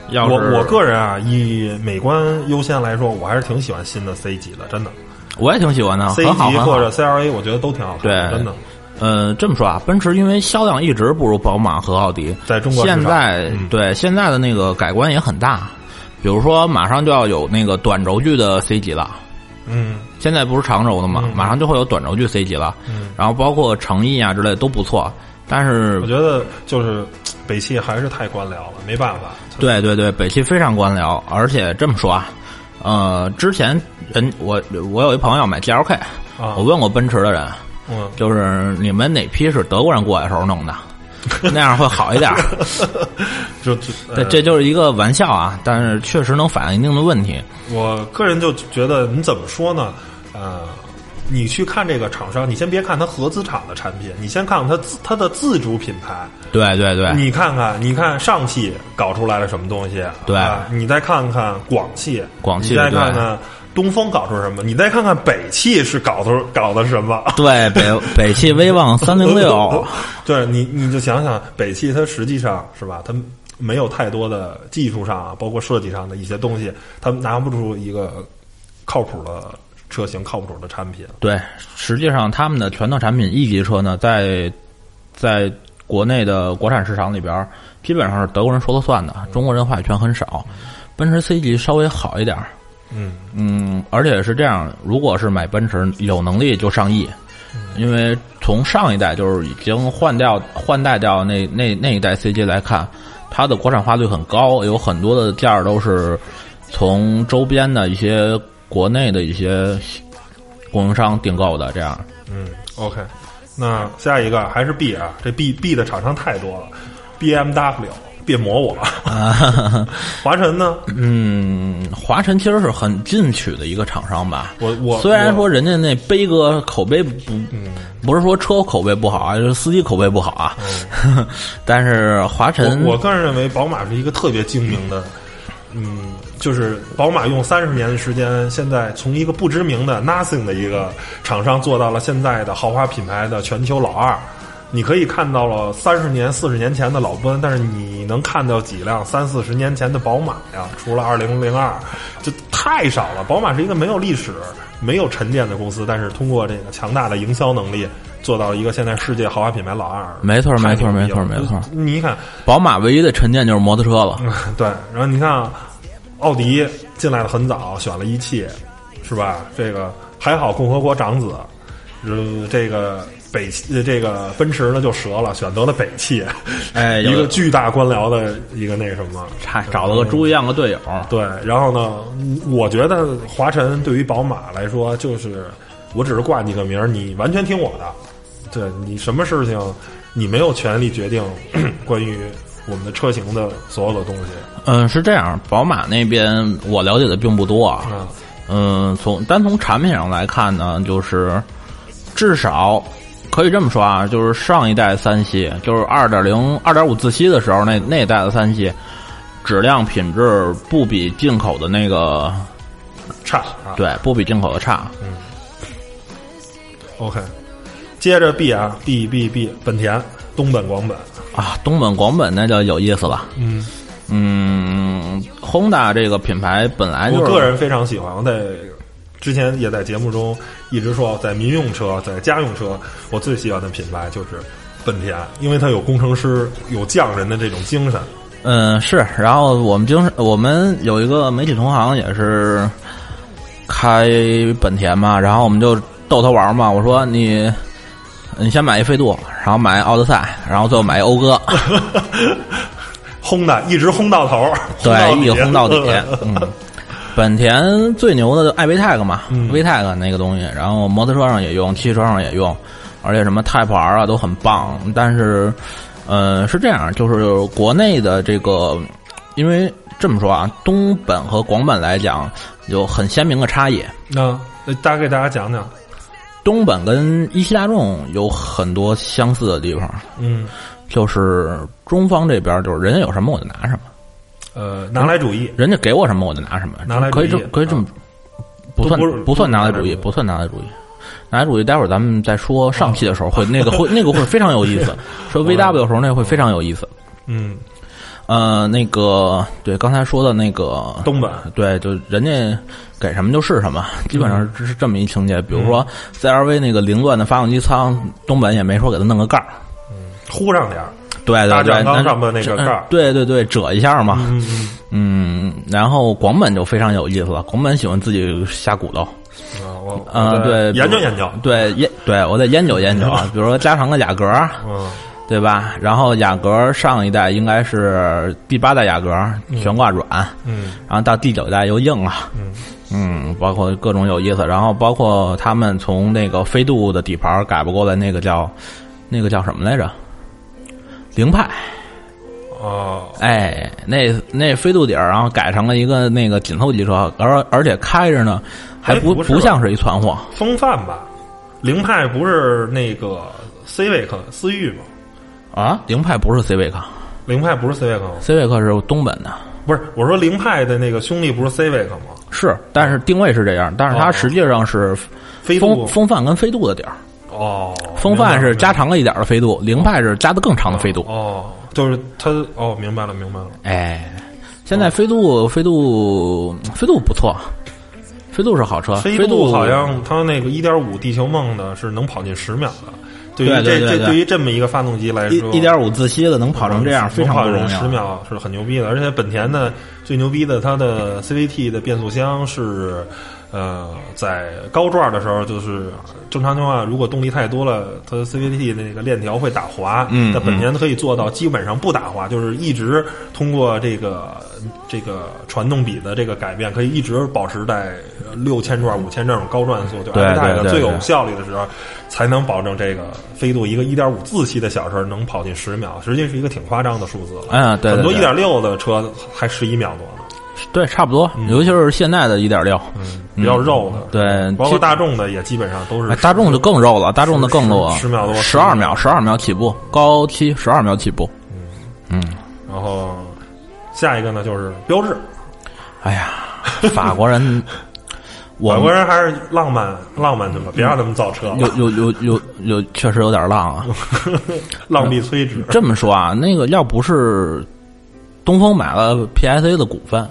Speaker 2: 要
Speaker 1: 我
Speaker 2: 是
Speaker 1: 我个人啊，以美观优先来说，我还是挺喜欢新的 C 级的，真的
Speaker 2: 我也挺喜欢的，
Speaker 1: C
Speaker 2: 啊很好
Speaker 1: 级
Speaker 2: 很好
Speaker 1: 或。者 CLA，我觉得都挺好看的，
Speaker 2: 对
Speaker 1: 真的。
Speaker 2: 呃，这么说啊，奔驰因为销量一直不如宝马和奥迪，
Speaker 1: 在中国市场
Speaker 2: 现在、
Speaker 1: 嗯
Speaker 2: 对现在的那个改观也很大，比如说马上就要有那个短轴距的 C 级了。
Speaker 1: 嗯
Speaker 2: 现在不是长轴的嘛，
Speaker 1: 嗯
Speaker 2: 马上就会有短轴距 C 级了，
Speaker 1: 嗯，
Speaker 2: 然后包括诚意啊之类的都不错，但是
Speaker 1: 我觉得就是北汽还是太官僚了，没办法。
Speaker 2: 对对对，北汽非常官僚，而且这么说啊，呃，之前人我我有一朋友买 GLK，
Speaker 1: 啊
Speaker 2: 我，问过奔驰的人，
Speaker 1: 嗯，
Speaker 2: 就是你们哪批是德国人过来时候 弄的，那样会好一点儿。
Speaker 1: 嗯就就
Speaker 2: 这
Speaker 1: 呃
Speaker 2: 这就是一个玩笑啊，但是确实能反映一定的问题。
Speaker 1: 我个人就觉得，你怎么说呢？呃，你去看这个厂商，你先别看它合资厂的产品，你先看看它自它的自主品牌。
Speaker 2: 对对对，
Speaker 1: 你看看，你看上汽搞出来了什么东西？
Speaker 2: 对
Speaker 1: 啊你再看看广汽，
Speaker 2: 广汽
Speaker 1: 你再看
Speaker 2: 对
Speaker 1: 看东风搞出什么？你再看看北汽是搞出搞的什么？
Speaker 2: 对北北汽威旺三 零六，
Speaker 1: 对你，你就想想北汽，它实际上是吧？它没有太多的技术上啊，包括设计上的一些东西，它拿不出一个靠谱的车型、靠谱的产品。
Speaker 2: 对，实际上他们的拳头产品 E 级车呢，在在国内的国产市场里边儿，基本上是德国人说了算的，中国人话语权很少。奔驰 C 级稍微好一点儿，
Speaker 1: 嗯
Speaker 2: 嗯，而且是这样，如果是买奔驰，有能力就上亿，因为从上一代就是已经换掉换代掉那那那一代 C 级来看，它的国产化率很高，有很多的件儿都是从周边的一些国内的一些供应商订购的，这样
Speaker 1: 嗯，OK。那下一个还是 B 啊，这 B B 的厂商太多了，BMW 别磨我。 华晨呢？
Speaker 2: 嗯，华晨其实是很进取的一个厂商吧。
Speaker 1: 我我嗯
Speaker 2: 虽然
Speaker 1: 我
Speaker 2: 说人家那悲歌口碑不，不是说车口碑不好啊，就是司机口碑不好啊。 但是华晨，
Speaker 1: 嗯我我个人认为，宝马是一个特别精明的，嗯，就是宝马用三十年的时间，现在从一个不知名的 nothing 的一个厂商做到了现在的豪华品牌的全球老二，你可以看到了三十年、四十年前的老奔，但是你能看到几辆三四十年前的宝马呀？除了二零零二，就太少了。宝马是一个没有历史、没有沉淀的公司，但是通过这个强大的营销能力，做到一个现在世界豪华品牌老二。
Speaker 2: 没错
Speaker 1: 太牛逼了
Speaker 2: 没错没错没错
Speaker 1: 就你看，
Speaker 2: 宝马唯一的沉淀就是摩托车了。
Speaker 1: 嗯 对，然后你看啊，奥迪进来的很早，选了一汽，是吧？这个还好，共和国长子，呃，这个北呃这个奔驰呢就折了，选择了北汽，
Speaker 2: 哎，
Speaker 1: 一
Speaker 2: 有
Speaker 1: 个巨大官僚的一个那什么，
Speaker 2: 差找了个猪一样的队友。
Speaker 1: 对，然后呢，嗯我觉得华晨对于宝马来说，就是我只是挂你个名儿，你完全听我的。对你什么事情，你没有权利决定 关于我们的车型的所有的东西。
Speaker 2: 嗯，是这样，宝马那边我了解的并不多啊。
Speaker 1: 嗯，
Speaker 2: 嗯，从单从产品上来看呢，就是至少可以这么说啊，就是上一代三系，就是二点零、二点五自吸的时候，那那一代的三系，质量品质不比进口的那个
Speaker 1: 差啊。
Speaker 2: 对，不比进口的差。
Speaker 1: 嗯 OK，接着 B 啊，B B B，本田、东本、广本，
Speaker 2: 啊，东本、广本那就有意思了。
Speaker 1: 嗯，
Speaker 2: 嗯，Honda 这个品牌本来就是
Speaker 1: 我个人非常喜欢。我在之前也在节目中一直说，在民用车、在家用车，我最喜欢的品牌就是本田，因为它有工程师、有匠人的这种精神。
Speaker 2: 嗯是，然后我们经我们有一个媒体同行也是开本田嘛，然后我们就逗他玩儿嘛，我说你你先买一飞度，然后买奥德赛，然后最后买一讴歌，
Speaker 1: 轰的，一直轰到头，
Speaker 2: 对，一
Speaker 1: 底
Speaker 2: 轰到底。嗯，本田最牛的就艾维泰克嘛
Speaker 1: 嗯
Speaker 2: ，V 泰克那个东西，然后摩托车上也用，汽车上也用，而且什么 Type R 啊都很棒。但是，呃，是这样，就是国内的这个，因为这么说啊，东本和广本来讲有很鲜明的差异。
Speaker 1: 那呃大概给大家讲讲，
Speaker 2: 东本跟一汽大众有很多相似的地方，
Speaker 1: 嗯，
Speaker 2: 就是中方这边就是人家有什么我就拿什么。
Speaker 1: 呃，拿来主义，
Speaker 2: 人家给我什么我就拿什么，
Speaker 1: 拿来主
Speaker 2: 可
Speaker 1: 义啊
Speaker 2: 以这可以这么，不算
Speaker 1: 不是
Speaker 2: 不算拿来主
Speaker 1: 不是拿来主义
Speaker 2: 义，不算拿来主义，拿来主义。待会儿咱们再说上期的时候会那个会那个会非常 有意思，说 VW 的时候那个会非常有意思。
Speaker 1: 嗯，
Speaker 2: 呃，那个对刚才说的那个
Speaker 1: 东本，
Speaker 2: 对，就人家给什么就是什么，基本上
Speaker 1: 嗯
Speaker 2: 是这么一情节。比如说 CRV 那个凌乱的发动机舱，东本也没说给他弄个盖儿。
Speaker 1: 呼上点儿，
Speaker 2: 对
Speaker 1: 大
Speaker 2: 对
Speaker 1: 酱
Speaker 2: 对，
Speaker 1: 缸
Speaker 2: 那
Speaker 1: 上面那个盖儿
Speaker 2: 对对对，折一下嘛。
Speaker 1: 嗯嗯
Speaker 2: 嗯，然后广本就非常有意思了，广本喜欢自己瞎鼓捣，
Speaker 1: 嗯，啊我
Speaker 2: 啊
Speaker 1: 我再
Speaker 2: 对
Speaker 1: 研究研究，
Speaker 2: 对研，对我得研究研究啊， 比如说加长个雅阁，
Speaker 1: 嗯，
Speaker 2: 对吧？然后雅阁上一代应该是第八代雅阁，悬挂软，
Speaker 1: 嗯
Speaker 2: 然后到第九代又硬了，
Speaker 1: 嗯
Speaker 2: 嗯，包括各种有意思，然后包括他们从那个飞度的底盘改不过来，那个叫那个叫什么来着？凌派，
Speaker 1: 哦，
Speaker 2: 哎，那那飞度底儿，然后改成了一个那个紧凑级车，而而且开着呢，还
Speaker 1: 哎
Speaker 2: 不
Speaker 1: 不是
Speaker 2: 不像是一窜货，
Speaker 1: 风范吧，凌派不是那个 Civic 思域吗？
Speaker 2: 啊，凌派不是 Civic，Civic
Speaker 1: 凌派不是 Civic 吗？
Speaker 2: 是东本的，
Speaker 1: 不是，我说凌派的那个兄弟不是 Civic 吗？
Speaker 2: 是，但是定位是这样，但是
Speaker 1: 哦
Speaker 2: 它实际上是
Speaker 1: 飞
Speaker 2: 风
Speaker 1: 度
Speaker 2: 风范跟飞度的底儿，
Speaker 1: 哦，
Speaker 2: 风范是加
Speaker 1: 明白了
Speaker 2: 长了一点儿的飞度，凌派是加的更长的飞度，
Speaker 1: 哦，就是他哦，明白了明白了，
Speaker 2: 哎，现在飞度飞度飞度不错，飞度是好车，
Speaker 1: 飞
Speaker 2: 飞度
Speaker 1: 好像它那个一点五地球梦的是能跑进十秒的，对于
Speaker 2: 对
Speaker 1: 这
Speaker 2: 对对
Speaker 1: 这
Speaker 2: 对
Speaker 1: 于这么一个发动机来
Speaker 2: 一
Speaker 1: 说，
Speaker 2: 一点五自吸的能跑成这样，非常
Speaker 1: 能
Speaker 2: 不
Speaker 1: 跑
Speaker 2: 容
Speaker 1: 进
Speaker 2: 易啊
Speaker 1: 十。秒是很牛逼的，而且本田的最牛逼的它的 CVT 的变速箱是。呃，在高转的时候，就是正常情况下，如果动力太多了，它 CVT 的那个链条会打滑。
Speaker 2: 嗯
Speaker 1: 但本田可以做到基本上不打滑，就是一直通过这个这个传动比的这个改变，可以一直保持在六千转、五千这种高转速，就
Speaker 2: 对
Speaker 1: 安泰的
Speaker 2: 对对
Speaker 1: 最有
Speaker 2: 对
Speaker 1: 效率的时候，才能保证这个飞度一个一点五自吸的小车能跑进十秒，实际是一个挺夸张的数字了。
Speaker 2: 嗯对对
Speaker 1: 很多一
Speaker 2: 对
Speaker 1: 点六的车还十一秒多呢，
Speaker 2: 对，差不
Speaker 1: 嗯
Speaker 2: 多，尤其是现在的一点六，
Speaker 1: 比较肉的。
Speaker 2: 嗯对
Speaker 1: 嗯包
Speaker 2: 其
Speaker 1: 括
Speaker 2: 实
Speaker 1: 大众的也基本上都是
Speaker 2: 哎大众就更肉了，大众的更肉啊，
Speaker 1: 十十秒多
Speaker 2: 十二秒，十二秒起步，高七十二秒起步。
Speaker 1: 然后下一个呢就是标志，
Speaker 2: 哎呀，法国人，我
Speaker 1: 法
Speaker 2: 们嗯
Speaker 1: 国人还是浪漫浪漫去吧，别让他们造车了，
Speaker 2: 有有有有有，确实有点浪啊。
Speaker 1: 浪必摧之。
Speaker 2: 这么说啊，那个要不是东风买了 PSA 的股份、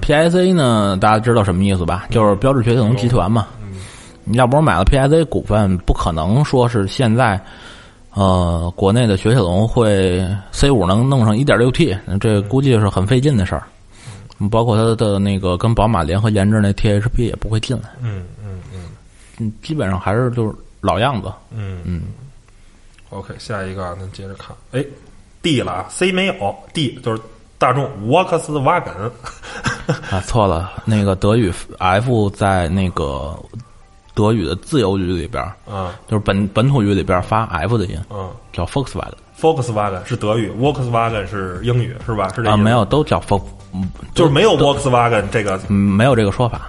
Speaker 2: p
Speaker 1: 嗯
Speaker 2: s a 呢，大家知道什么意思吧？就是标致雪铁龙集团嘛。
Speaker 1: 嗯
Speaker 2: 你要不是买了 PSA 股份，不可能说是现在呃国内的雪铁龙会 C 五能弄上一点六 T，这
Speaker 1: 嗯
Speaker 2: 估计是很费劲的事儿。包括它的那个跟宝马联合研制那 THP 也不会进来，
Speaker 1: 嗯嗯嗯
Speaker 2: 嗯，基本上还是就是老样子。
Speaker 1: 嗯嗯。OK，下一个啊，咱接着看。哎，D 了啊，C 没有，D 就是大众沃克斯瓦根。
Speaker 2: 啊，错了，那个德语 F 在那个德语的自由语里边儿，
Speaker 1: 啊
Speaker 2: 就是本本土语里边儿发 F 的音，
Speaker 1: 嗯
Speaker 2: 叫 Volkswagen
Speaker 1: ，Volkswagen 是德语，Volkswagen 是英语是吧？是这
Speaker 2: 啊，
Speaker 1: 意思
Speaker 2: 没，有，都叫 Vol，嗯
Speaker 1: 就是没有 Volkswagen 这个
Speaker 2: 嗯没有这个说法。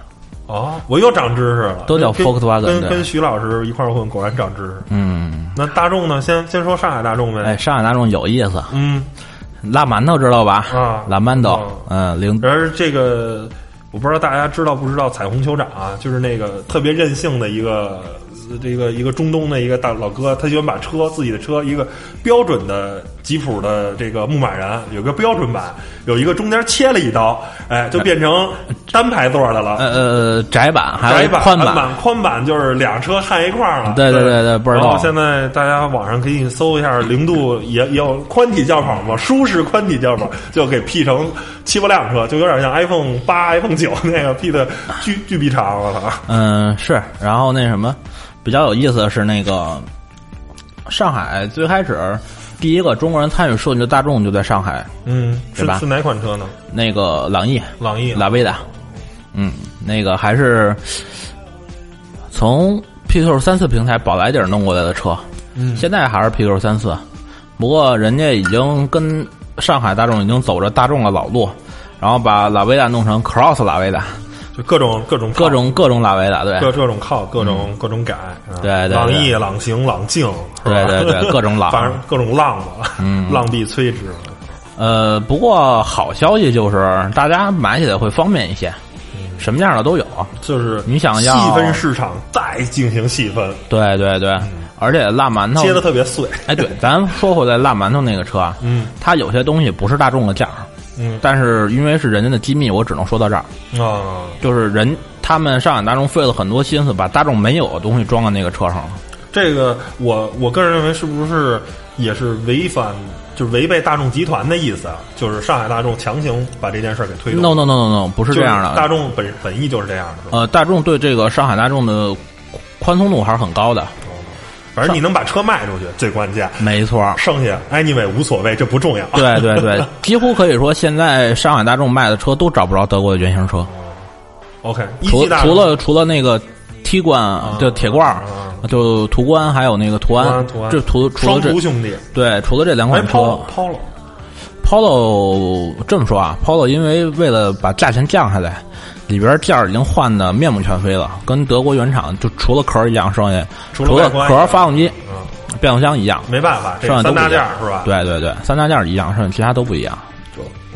Speaker 1: 哦，我又长知识了，
Speaker 2: 都叫
Speaker 1: 跟
Speaker 2: Volkswagen，
Speaker 1: 跟
Speaker 2: 对
Speaker 1: 跟徐老师一块儿混，果然长知识。
Speaker 2: 嗯，
Speaker 1: 那大众呢？先先说上海大众呗。
Speaker 2: 哎，上海大众有意思，
Speaker 1: 嗯，
Speaker 2: 拉馒头知道吧？
Speaker 1: 啊
Speaker 2: 拉馒头
Speaker 1: 啊，
Speaker 2: 嗯，零
Speaker 1: 然而这个我不知道大家知道不知道彩虹酋长啊，就是那个特别任性的一个呃这个一个中东的一个大老哥，他喜欢把车自己的车一个标准的吉普的这个牧马人有个标准版，有一个中间切了一刀，哎，就变成单排座的了。
Speaker 2: 呃呃窄版还
Speaker 1: 窄
Speaker 2: 有
Speaker 1: 版、
Speaker 2: 宽
Speaker 1: 版、
Speaker 2: 版，
Speaker 1: 宽版就是两车焊一块儿了。
Speaker 2: 对对对对倍儿
Speaker 1: 然后
Speaker 2: 逗
Speaker 1: 现在大家网上可以搜一下，零度也也有宽体轿跑嘛，舒适宽体轿跑就给 P 成七八辆车，就有点像 iPhone 八、iPhone 九那个 P 的巨巨逼长了啊。
Speaker 2: 嗯是。然后那什么，比较有意思的是那个上海最开始第一个中国人参与设计的大众就在上海，
Speaker 1: 嗯，是
Speaker 2: 对吧
Speaker 1: 是哪款车呢？
Speaker 2: 那个朗逸，
Speaker 1: 朗逸啊。
Speaker 2: 拉贝达，嗯，那个还是从 P 六三四平台宝来点弄过来的车，
Speaker 1: 嗯
Speaker 2: 现在还是 P 六三四，不过人家已经跟上海大众已经走着大众的老路，然后把拉维达弄成 Cross 拉维达，
Speaker 1: 就各种各种靠
Speaker 2: 各种各种拉维达，对
Speaker 1: 各各种靠，各种各种改。啊
Speaker 2: 对对对
Speaker 1: 朗逸、朗行、朗境，是吧
Speaker 2: 对对对各种朗嗯
Speaker 1: 反正各种浪吧，浪必摧之。
Speaker 2: 呃，不过好消息就是大家买起来会方便一些，
Speaker 1: 嗯
Speaker 2: 什么样的都有，
Speaker 1: 就是
Speaker 2: 你想要
Speaker 1: 细分市场，再进行细分，
Speaker 2: 对对对，
Speaker 1: 嗯
Speaker 2: 而且辣馒头
Speaker 1: 切的特别碎。
Speaker 2: 哎，对，咱说回来辣馒头那个车啊，
Speaker 1: 嗯
Speaker 2: 它有些东西不是大众的价儿，
Speaker 1: 嗯
Speaker 2: 但是因为是人家的机密，我只能说到这儿。
Speaker 1: 啊，
Speaker 2: 就是人他们上海大众费了很多心思，把大众没有的东西装到那个车上了。
Speaker 1: 这个我我个人认为是不是也是违反，就是违背大众集团的意思啊？就是上海大众强行把这件事儿给推动
Speaker 2: No no no no no，不是
Speaker 1: 就是
Speaker 2: 这样的。
Speaker 1: 大众本本意就是这样的，是吧？
Speaker 2: 呃，大众对这个上海大众的宽松度还是很高的，
Speaker 1: 反正你能把车卖出去最关键，
Speaker 2: 没错儿。
Speaker 1: 剩下 anyway 无所谓，这不重要。
Speaker 2: 对对对，几乎可以说现在上海大众卖的车都找不着德国的原型车，
Speaker 1: ，OK，一
Speaker 2: 除
Speaker 1: 汽大
Speaker 2: 除
Speaker 1: 众
Speaker 2: 了除了那个 T 冠就铁罐儿
Speaker 1: 啊，
Speaker 2: 就途观还有那个途
Speaker 1: 途
Speaker 2: 安
Speaker 1: 安途，安
Speaker 2: 这除除了
Speaker 1: 双
Speaker 2: 这
Speaker 1: 足兄弟，
Speaker 2: 对，除了这两
Speaker 1: 哎
Speaker 2: 款车
Speaker 1: ，Polo Polo，
Speaker 2: ，Polo 这么说啊，Polo 因为为了把价钱降下来，里边件儿已经换的面目全非了，跟德国原厂就除了壳儿一样，剩下
Speaker 1: 除
Speaker 2: 除
Speaker 1: 了外
Speaker 2: 了
Speaker 1: 观
Speaker 2: 壳儿、发动机、
Speaker 1: 嗯，
Speaker 2: 变速箱一样，
Speaker 1: 没办法，这
Speaker 2: 剩下
Speaker 1: 三
Speaker 2: 都不
Speaker 1: 大
Speaker 2: 一
Speaker 1: 件
Speaker 2: 样
Speaker 1: 儿是吧？
Speaker 2: 对对对，三大件儿一样，剩下其他都不一样。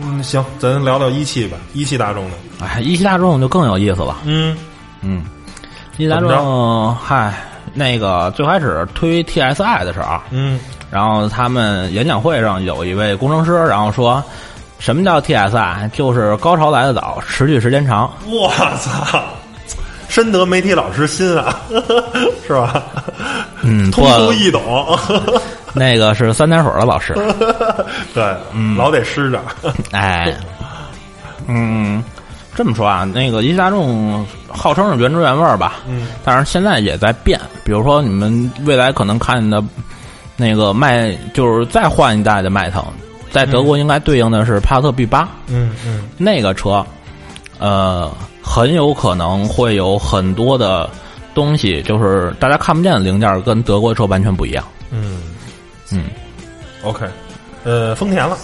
Speaker 1: 嗯，行，咱聊聊一汽吧，一汽大众的，
Speaker 2: 哎，一汽大众就更有意思了。
Speaker 1: 嗯
Speaker 2: 嗯，一汽大
Speaker 1: 怎么
Speaker 2: 众，嗨，那个最开始推 TSI 的时候啊，
Speaker 1: 嗯
Speaker 2: 然后他们演讲会上有一位工程师，然后说什么叫 TSI，就是高潮来得早，持续时间长。
Speaker 1: 我操，深得媒体老师心啊， 是吧？
Speaker 2: 嗯
Speaker 1: 通俗易懂，
Speaker 2: 那个是三点水的老师，
Speaker 1: 对，老得湿着，
Speaker 2: 哎，嗯，这么说啊，那个一汽大众号称是原汁原味儿吧，
Speaker 1: 嗯，
Speaker 2: 但是现在也在变，比如说你们未来可能看的，那个迈就是再换一代的迈腾，在德国应该对应的是帕萨特 B 八，
Speaker 1: 嗯嗯
Speaker 2: 那个车，呃，很有可能会有很多的东西，就是大家看不见的零件儿，跟德国车完全不一样。
Speaker 1: 嗯
Speaker 2: 嗯
Speaker 1: ，OK，呃，丰田了，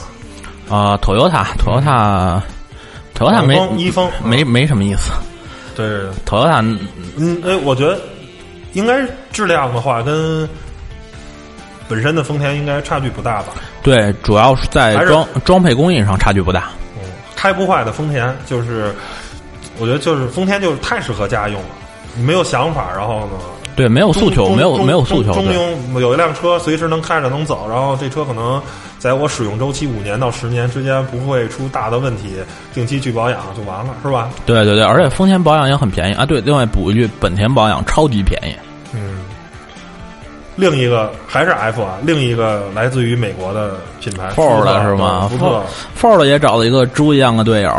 Speaker 2: 啊、t o y o t a
Speaker 1: 嗯
Speaker 2: t o y o t a t o y o t a 没
Speaker 1: 风一风，
Speaker 2: 没没什么意思
Speaker 1: 对对对，
Speaker 2: ，Toyota
Speaker 1: 嗯，哎，我觉得应该质量的话跟。本身的丰田应该差距不大吧？
Speaker 2: 对主要是在
Speaker 1: 还是
Speaker 2: 装装配工艺上差距不大。
Speaker 1: 嗯，开不坏的丰田就是我觉得就是丰田就是太适合家用了，你没有想法，然后呢，
Speaker 2: 对，没有哦诉求，
Speaker 1: 中
Speaker 2: 没有
Speaker 1: 中
Speaker 2: 没有诉求，
Speaker 1: 中中
Speaker 2: 对，
Speaker 1: 庸有一辆车随时能开着能走，然后这车可能在我使用周期五年到十年之间不会出大的问题，定期去保养就完了，是吧？
Speaker 2: 对对对，而且丰田保养也很便宜啊。对，另外补一句，本田保养超级便宜。
Speaker 1: 嗯。另一个还是 F 啊，另一个来自于美国的品牌
Speaker 2: Ford
Speaker 1: 福特
Speaker 2: 是吗
Speaker 1: 对福特，
Speaker 2: Ford 也找了一个猪一样的队友，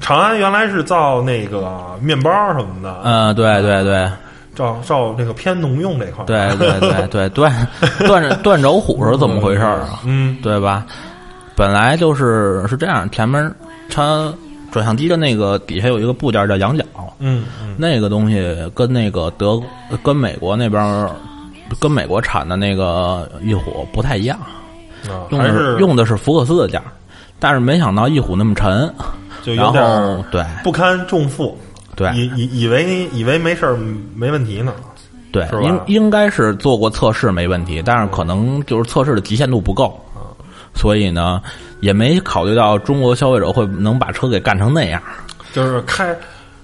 Speaker 1: 长安原来是造那个面包什么的，
Speaker 2: 嗯，对对对
Speaker 1: 照照那个偏农用这块儿，
Speaker 2: 对对对对，断断断轴虎是怎么回事儿啊？
Speaker 1: 嗯，
Speaker 2: 对吧？本来就是是这样，前面它转向机的那个底下有一个部件叫羊角，
Speaker 1: 嗯嗯
Speaker 2: 那个东西跟那个德跟美国那边儿跟美国产的那个翼虎不太一样，
Speaker 1: 嗯，啊
Speaker 2: 用
Speaker 1: 还
Speaker 2: 的
Speaker 1: 是
Speaker 2: 用的是福克斯的架，但是没想到翼虎那么沉，
Speaker 1: 就有
Speaker 2: 然
Speaker 1: 点
Speaker 2: 后
Speaker 1: 儿
Speaker 2: 对
Speaker 1: 不堪重负，
Speaker 2: 对
Speaker 1: 以以以为以为没事儿没问题呢，
Speaker 2: 对
Speaker 1: 是，吧
Speaker 2: 应应该是做过测试没问题，但是可能就是测试的极限度不够，所以呢也没考虑到中国消费者会能把车给干成那样。
Speaker 1: 就是开，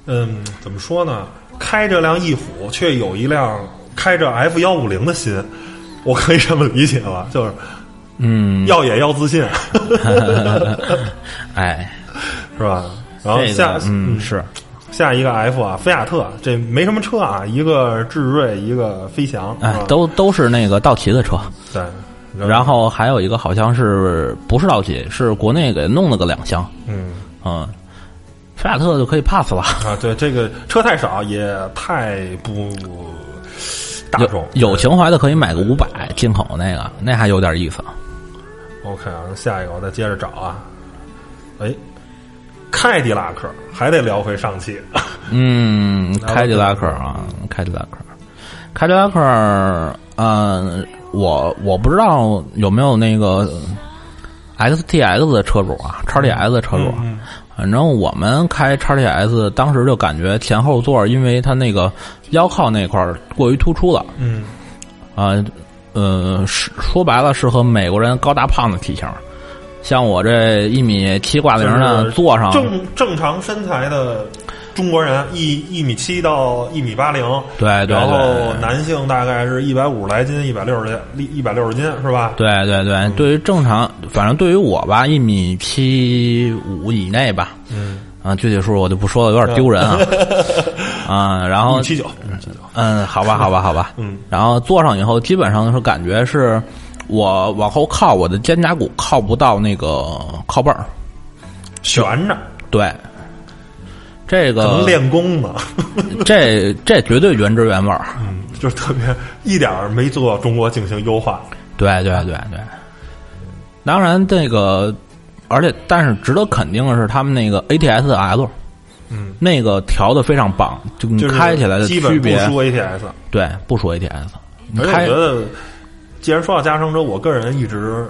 Speaker 1: 嗯，怎么说呢？开着辆翼虎，却有一辆开着 F 幺五零的心，我可以这么理解吧？就是
Speaker 2: 嗯，
Speaker 1: 要也要自信，
Speaker 2: 哎，
Speaker 1: 是吧？然后
Speaker 2: 这个
Speaker 1: 下、
Speaker 2: 嗯是
Speaker 1: 下一个 F 啊，菲亚特，这没什么车啊，一个智锐，一个飞翔，
Speaker 2: 哎
Speaker 1: 是吧
Speaker 2: 都都是那个道奇的车，
Speaker 1: 对，
Speaker 2: 然后还有一个好像是不是道奇，是国内给弄了个两厢，
Speaker 1: 嗯。
Speaker 2: 嗯，菲亚特就可以 pass 了。
Speaker 1: 啊，对，这个车太少，也太不大众
Speaker 2: 有。有情怀的可以买个五百进口那个，那还有点意思。
Speaker 1: OK 啊，下一个我再接着找啊。哎，凯迪拉克还得聊回上汽，
Speaker 2: 嗯，凯迪拉克啊，凯迪拉克，凯迪拉克，嗯，我我不知道有没有那个 XTX 的车主啊，x t x 的车主啊，
Speaker 1: 嗯
Speaker 2: 反正我们开 x t x 当时就感觉前后座，因为它那个腰靠那块儿过于突出了
Speaker 1: 嗯，
Speaker 2: 啊，呃，是说白了是和美国人高大胖子体型，像我这一米七挂零
Speaker 1: 就
Speaker 2: 的
Speaker 1: 是
Speaker 2: 坐上
Speaker 1: 正正常身材的中国人，啊一一米七到一米八零，
Speaker 2: 对对
Speaker 1: 然后
Speaker 2: 对，
Speaker 1: 男性大概是一百五十来斤，一百六十斤，一百六十斤是吧？
Speaker 2: 对对对，对于正常，反正对于我吧，一米七五以内吧，
Speaker 1: 嗯，
Speaker 2: 啊，具体数我就不说了，有点丢人 啊，啊，然
Speaker 1: 一
Speaker 2: 后
Speaker 1: 米七九，一米七九，
Speaker 2: 嗯，好吧，好吧，好吧，
Speaker 1: 嗯，
Speaker 2: 然后坐上以后，基本上是感觉是我往后靠，我的肩胛骨靠不到那个靠背儿，
Speaker 1: 悬着，
Speaker 2: 对，这
Speaker 1: 可能
Speaker 2: 个
Speaker 1: 练功呢。
Speaker 2: 这这绝对原汁原味儿，
Speaker 1: 嗯，就是特别一点儿没做中国进行优化。
Speaker 2: 对对对对，当然这个，而且但是值得肯定的是，他们那个 ATS L。
Speaker 1: 嗯，
Speaker 2: 那个调的非常棒，就你
Speaker 1: 就是
Speaker 2: 开起来的
Speaker 1: 基本
Speaker 2: 区
Speaker 1: 不
Speaker 2: 别，
Speaker 1: 输 ATS。
Speaker 2: 对，不说 ATS，你
Speaker 1: 而且我
Speaker 2: 开
Speaker 1: 觉得，既然说到加长车，我个人一直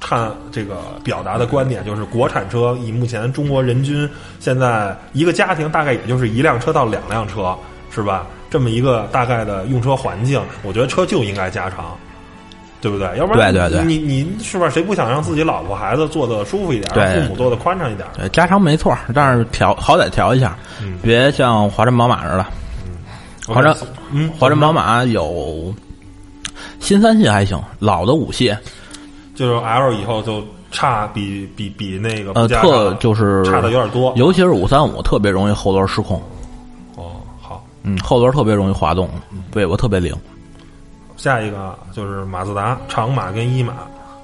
Speaker 1: 看这个表达的观点就是，国产车以目前中国人均现在一个家庭大概也就是一辆车到两辆车，是吧？这么一个大概的用车环境，我觉得车就应该加长。对不对？要不然
Speaker 2: 对对对
Speaker 1: 你你你是吧？谁不想让自己老婆孩子坐的舒服一点，
Speaker 2: 对
Speaker 1: 让父母坐的宽敞一点？
Speaker 2: 呃加长没错，但是调好歹调一下，
Speaker 1: 嗯
Speaker 2: 别像华晨宝马似的。
Speaker 1: 我
Speaker 2: 华晨
Speaker 1: 感觉嗯，
Speaker 2: 华晨宝马有新三系还行，老的五系
Speaker 1: 就是 L 以后就差比比比那个
Speaker 2: 呃
Speaker 1: 不加
Speaker 2: 特
Speaker 1: 上
Speaker 2: 就是
Speaker 1: 差的有点多。
Speaker 2: 尤其是五三五特别容易后轮失控，
Speaker 1: 哦，好，
Speaker 2: 嗯，后轮特别容易滑动，尾巴特别灵。
Speaker 1: 下一个啊就是马自达长马跟一马，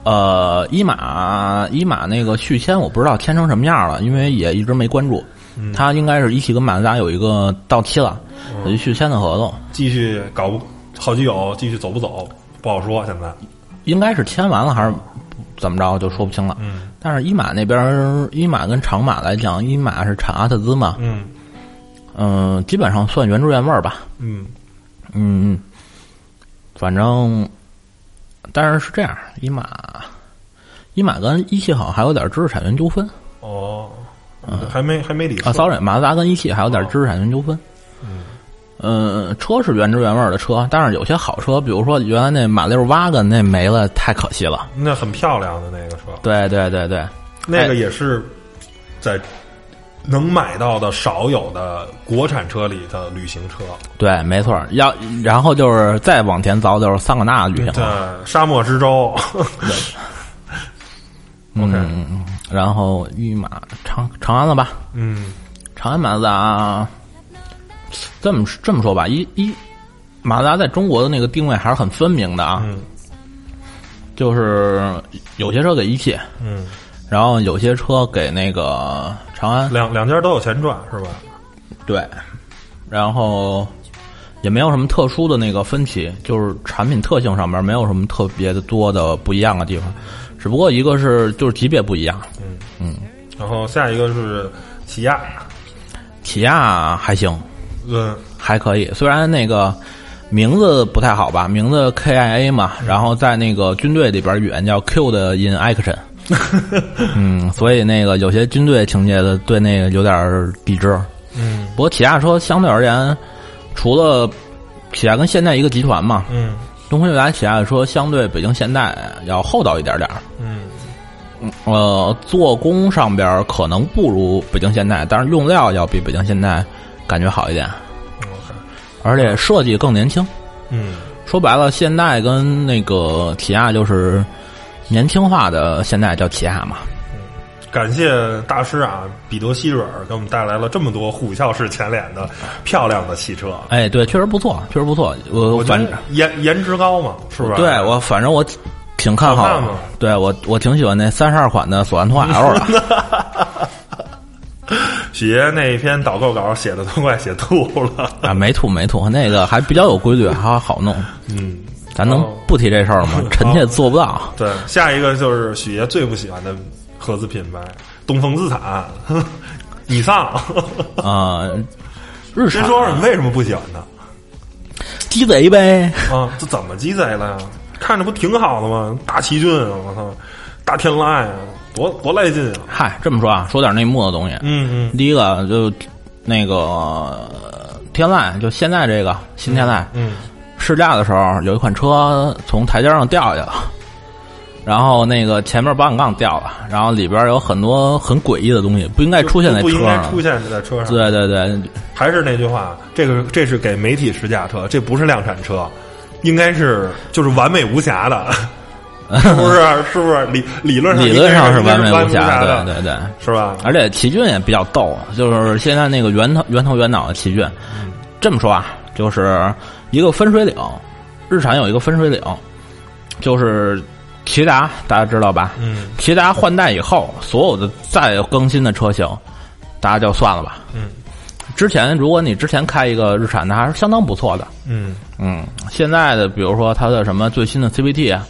Speaker 2: 呃，一马一马那个续签我不知道签成什么样了，因为也一直没关注。
Speaker 1: 嗯
Speaker 2: 他应该是一汽跟马自达有一个到期了，有一续签的合同，
Speaker 1: 继续搞不好基友继续走不走不好说，现在
Speaker 2: 应该是签完了还是怎么着就说不清了。
Speaker 1: 嗯
Speaker 2: 但是一马那边儿，一马跟长马来讲，一马是产阿特兹嘛，
Speaker 1: 嗯
Speaker 2: 嗯、基本上算原汁原味儿吧。
Speaker 1: 嗯，
Speaker 2: 嗯，反正，但是是这样，一马一马跟一汽好像还有点知识产权纠纷
Speaker 1: 哦，还没还没理
Speaker 2: 啊
Speaker 1: 顺
Speaker 2: ，sorry，马自达跟一汽还有点知识产权纠纷。
Speaker 1: 嗯
Speaker 2: 嗯，车是原汁原味儿的车，但是有些好车，比如说原来那马六挖根那没了，太可惜了。
Speaker 1: 那很漂亮的那个车，
Speaker 2: 哎对对对对，
Speaker 1: 那个也是在能买到的少有的国产车里的旅行车。
Speaker 2: 对，没错儿。要然后就是再往前凿，就是桑塔纳旅行
Speaker 1: 对
Speaker 2: 了。，
Speaker 1: 沙漠之 舟。OK，
Speaker 2: 嗯，然后御马长长安了吧？
Speaker 1: 嗯，
Speaker 2: 长安马自达，这么这么说吧，一一马自达在中国的那个定位还是很分明的啊。
Speaker 1: 嗯
Speaker 2: 就是有些车给一汽，
Speaker 1: 嗯，
Speaker 2: 然后有些车给那个长安，
Speaker 1: 两两家都有钱赚是吧？
Speaker 2: 对，然后也没有什么特殊的那个分歧，就是产品特性上面没有什么特别的多的不一样的地方，只不过一个是就是级别不一样，
Speaker 1: 然后下一个是起亚，
Speaker 2: 起亚还行，
Speaker 1: 嗯，
Speaker 2: 还可以，虽然那个名字不太好吧，名字 KIA 嘛，然后在那个军队里边语言叫 Q 的 in action，嗯，所以那个有些军队情节的对那个有点儿抵制。
Speaker 1: 嗯，
Speaker 2: 不过起亚车相对而言，除了起亚跟现代一个集团嘛，
Speaker 1: 嗯
Speaker 2: 东风悦达起亚的车相对北京现代要厚道一点点儿。
Speaker 1: 嗯
Speaker 2: 呃，做工上边儿可能不如北京现代，但是用料要比北京现代感觉好一点，
Speaker 1: 嗯，OK，
Speaker 2: 而且设计更年轻。
Speaker 1: 嗯
Speaker 2: 说白了，现代跟那个起亚就是年轻化的现代叫起亚嘛。
Speaker 1: 感谢大师啊，彼得希瑞尔给我们带来了这么多虎啸式前脸的漂亮的汽车。
Speaker 2: 哎，对，确实不错，确实不错。我
Speaker 1: 我觉
Speaker 2: 反
Speaker 1: 得颜颜值高嘛，是吧？
Speaker 2: 对我反正我挺挺看好，
Speaker 1: 好看吗
Speaker 2: 对我我挺喜欢那三十二款的索 兰托 L 的。
Speaker 1: 许爷那篇导购稿写的都快写吐了。
Speaker 2: 啊，没吐没吐，那个还比较有规律，还好弄。
Speaker 1: 嗯，
Speaker 2: 咱能
Speaker 1: 哦
Speaker 2: 不提这事儿 吗？臣妾做不到。
Speaker 1: 对，下一个就是许爷最不喜欢的合资品牌东风自产， 以上。
Speaker 2: 啊、日
Speaker 1: 哦先
Speaker 2: 产
Speaker 1: 说说你为什么不喜欢它
Speaker 2: 鸡贼呗。
Speaker 1: 啊？这怎么鸡贼了呀？看着不挺好的吗？大奇骏啊，我操，大天籁啊，多多来劲啊！
Speaker 2: 嗨，这么说啊，说点内幕的东西。
Speaker 1: 嗯
Speaker 2: 第一个就那个呃天籁，就现在这个新天籁，
Speaker 1: 嗯
Speaker 2: 试驾的时候，有一款车从台阶上掉下去了，然后那个前面保险杠掉了，然后里边有很多很诡异的东西，不应该
Speaker 1: 嗯，
Speaker 2: 出现在
Speaker 1: 不
Speaker 2: 车
Speaker 1: 应该
Speaker 2: 上
Speaker 1: 出。现在车上。
Speaker 2: 对对对，
Speaker 1: 还是那句话，这个这是给媒体试驾车，这不是量产车，应该是就是完美无瑕 的，是不是？是不是理理论上
Speaker 2: 理论
Speaker 1: 应
Speaker 2: 上
Speaker 1: 该
Speaker 2: 是
Speaker 1: 是
Speaker 2: 完美
Speaker 1: 无
Speaker 2: 无瑕，
Speaker 1: 的，
Speaker 2: 对对对。
Speaker 1: 是吧？
Speaker 2: 而且奇骏也比较逗，啊就是现在那个圆头圆头圆脑的奇骏，这么说啊，就是一个分水岭，日产有一个分水岭，就是骐达，大家知道吧？
Speaker 1: 嗯
Speaker 2: 骐达换代以后，所有的再更新的车型，大家就算了吧。
Speaker 1: 嗯
Speaker 2: 之前如果你之前开一个日产的，还是相当不错的。
Speaker 1: 嗯
Speaker 2: 嗯，现在的比如说它的什么最新的 CVT 啊，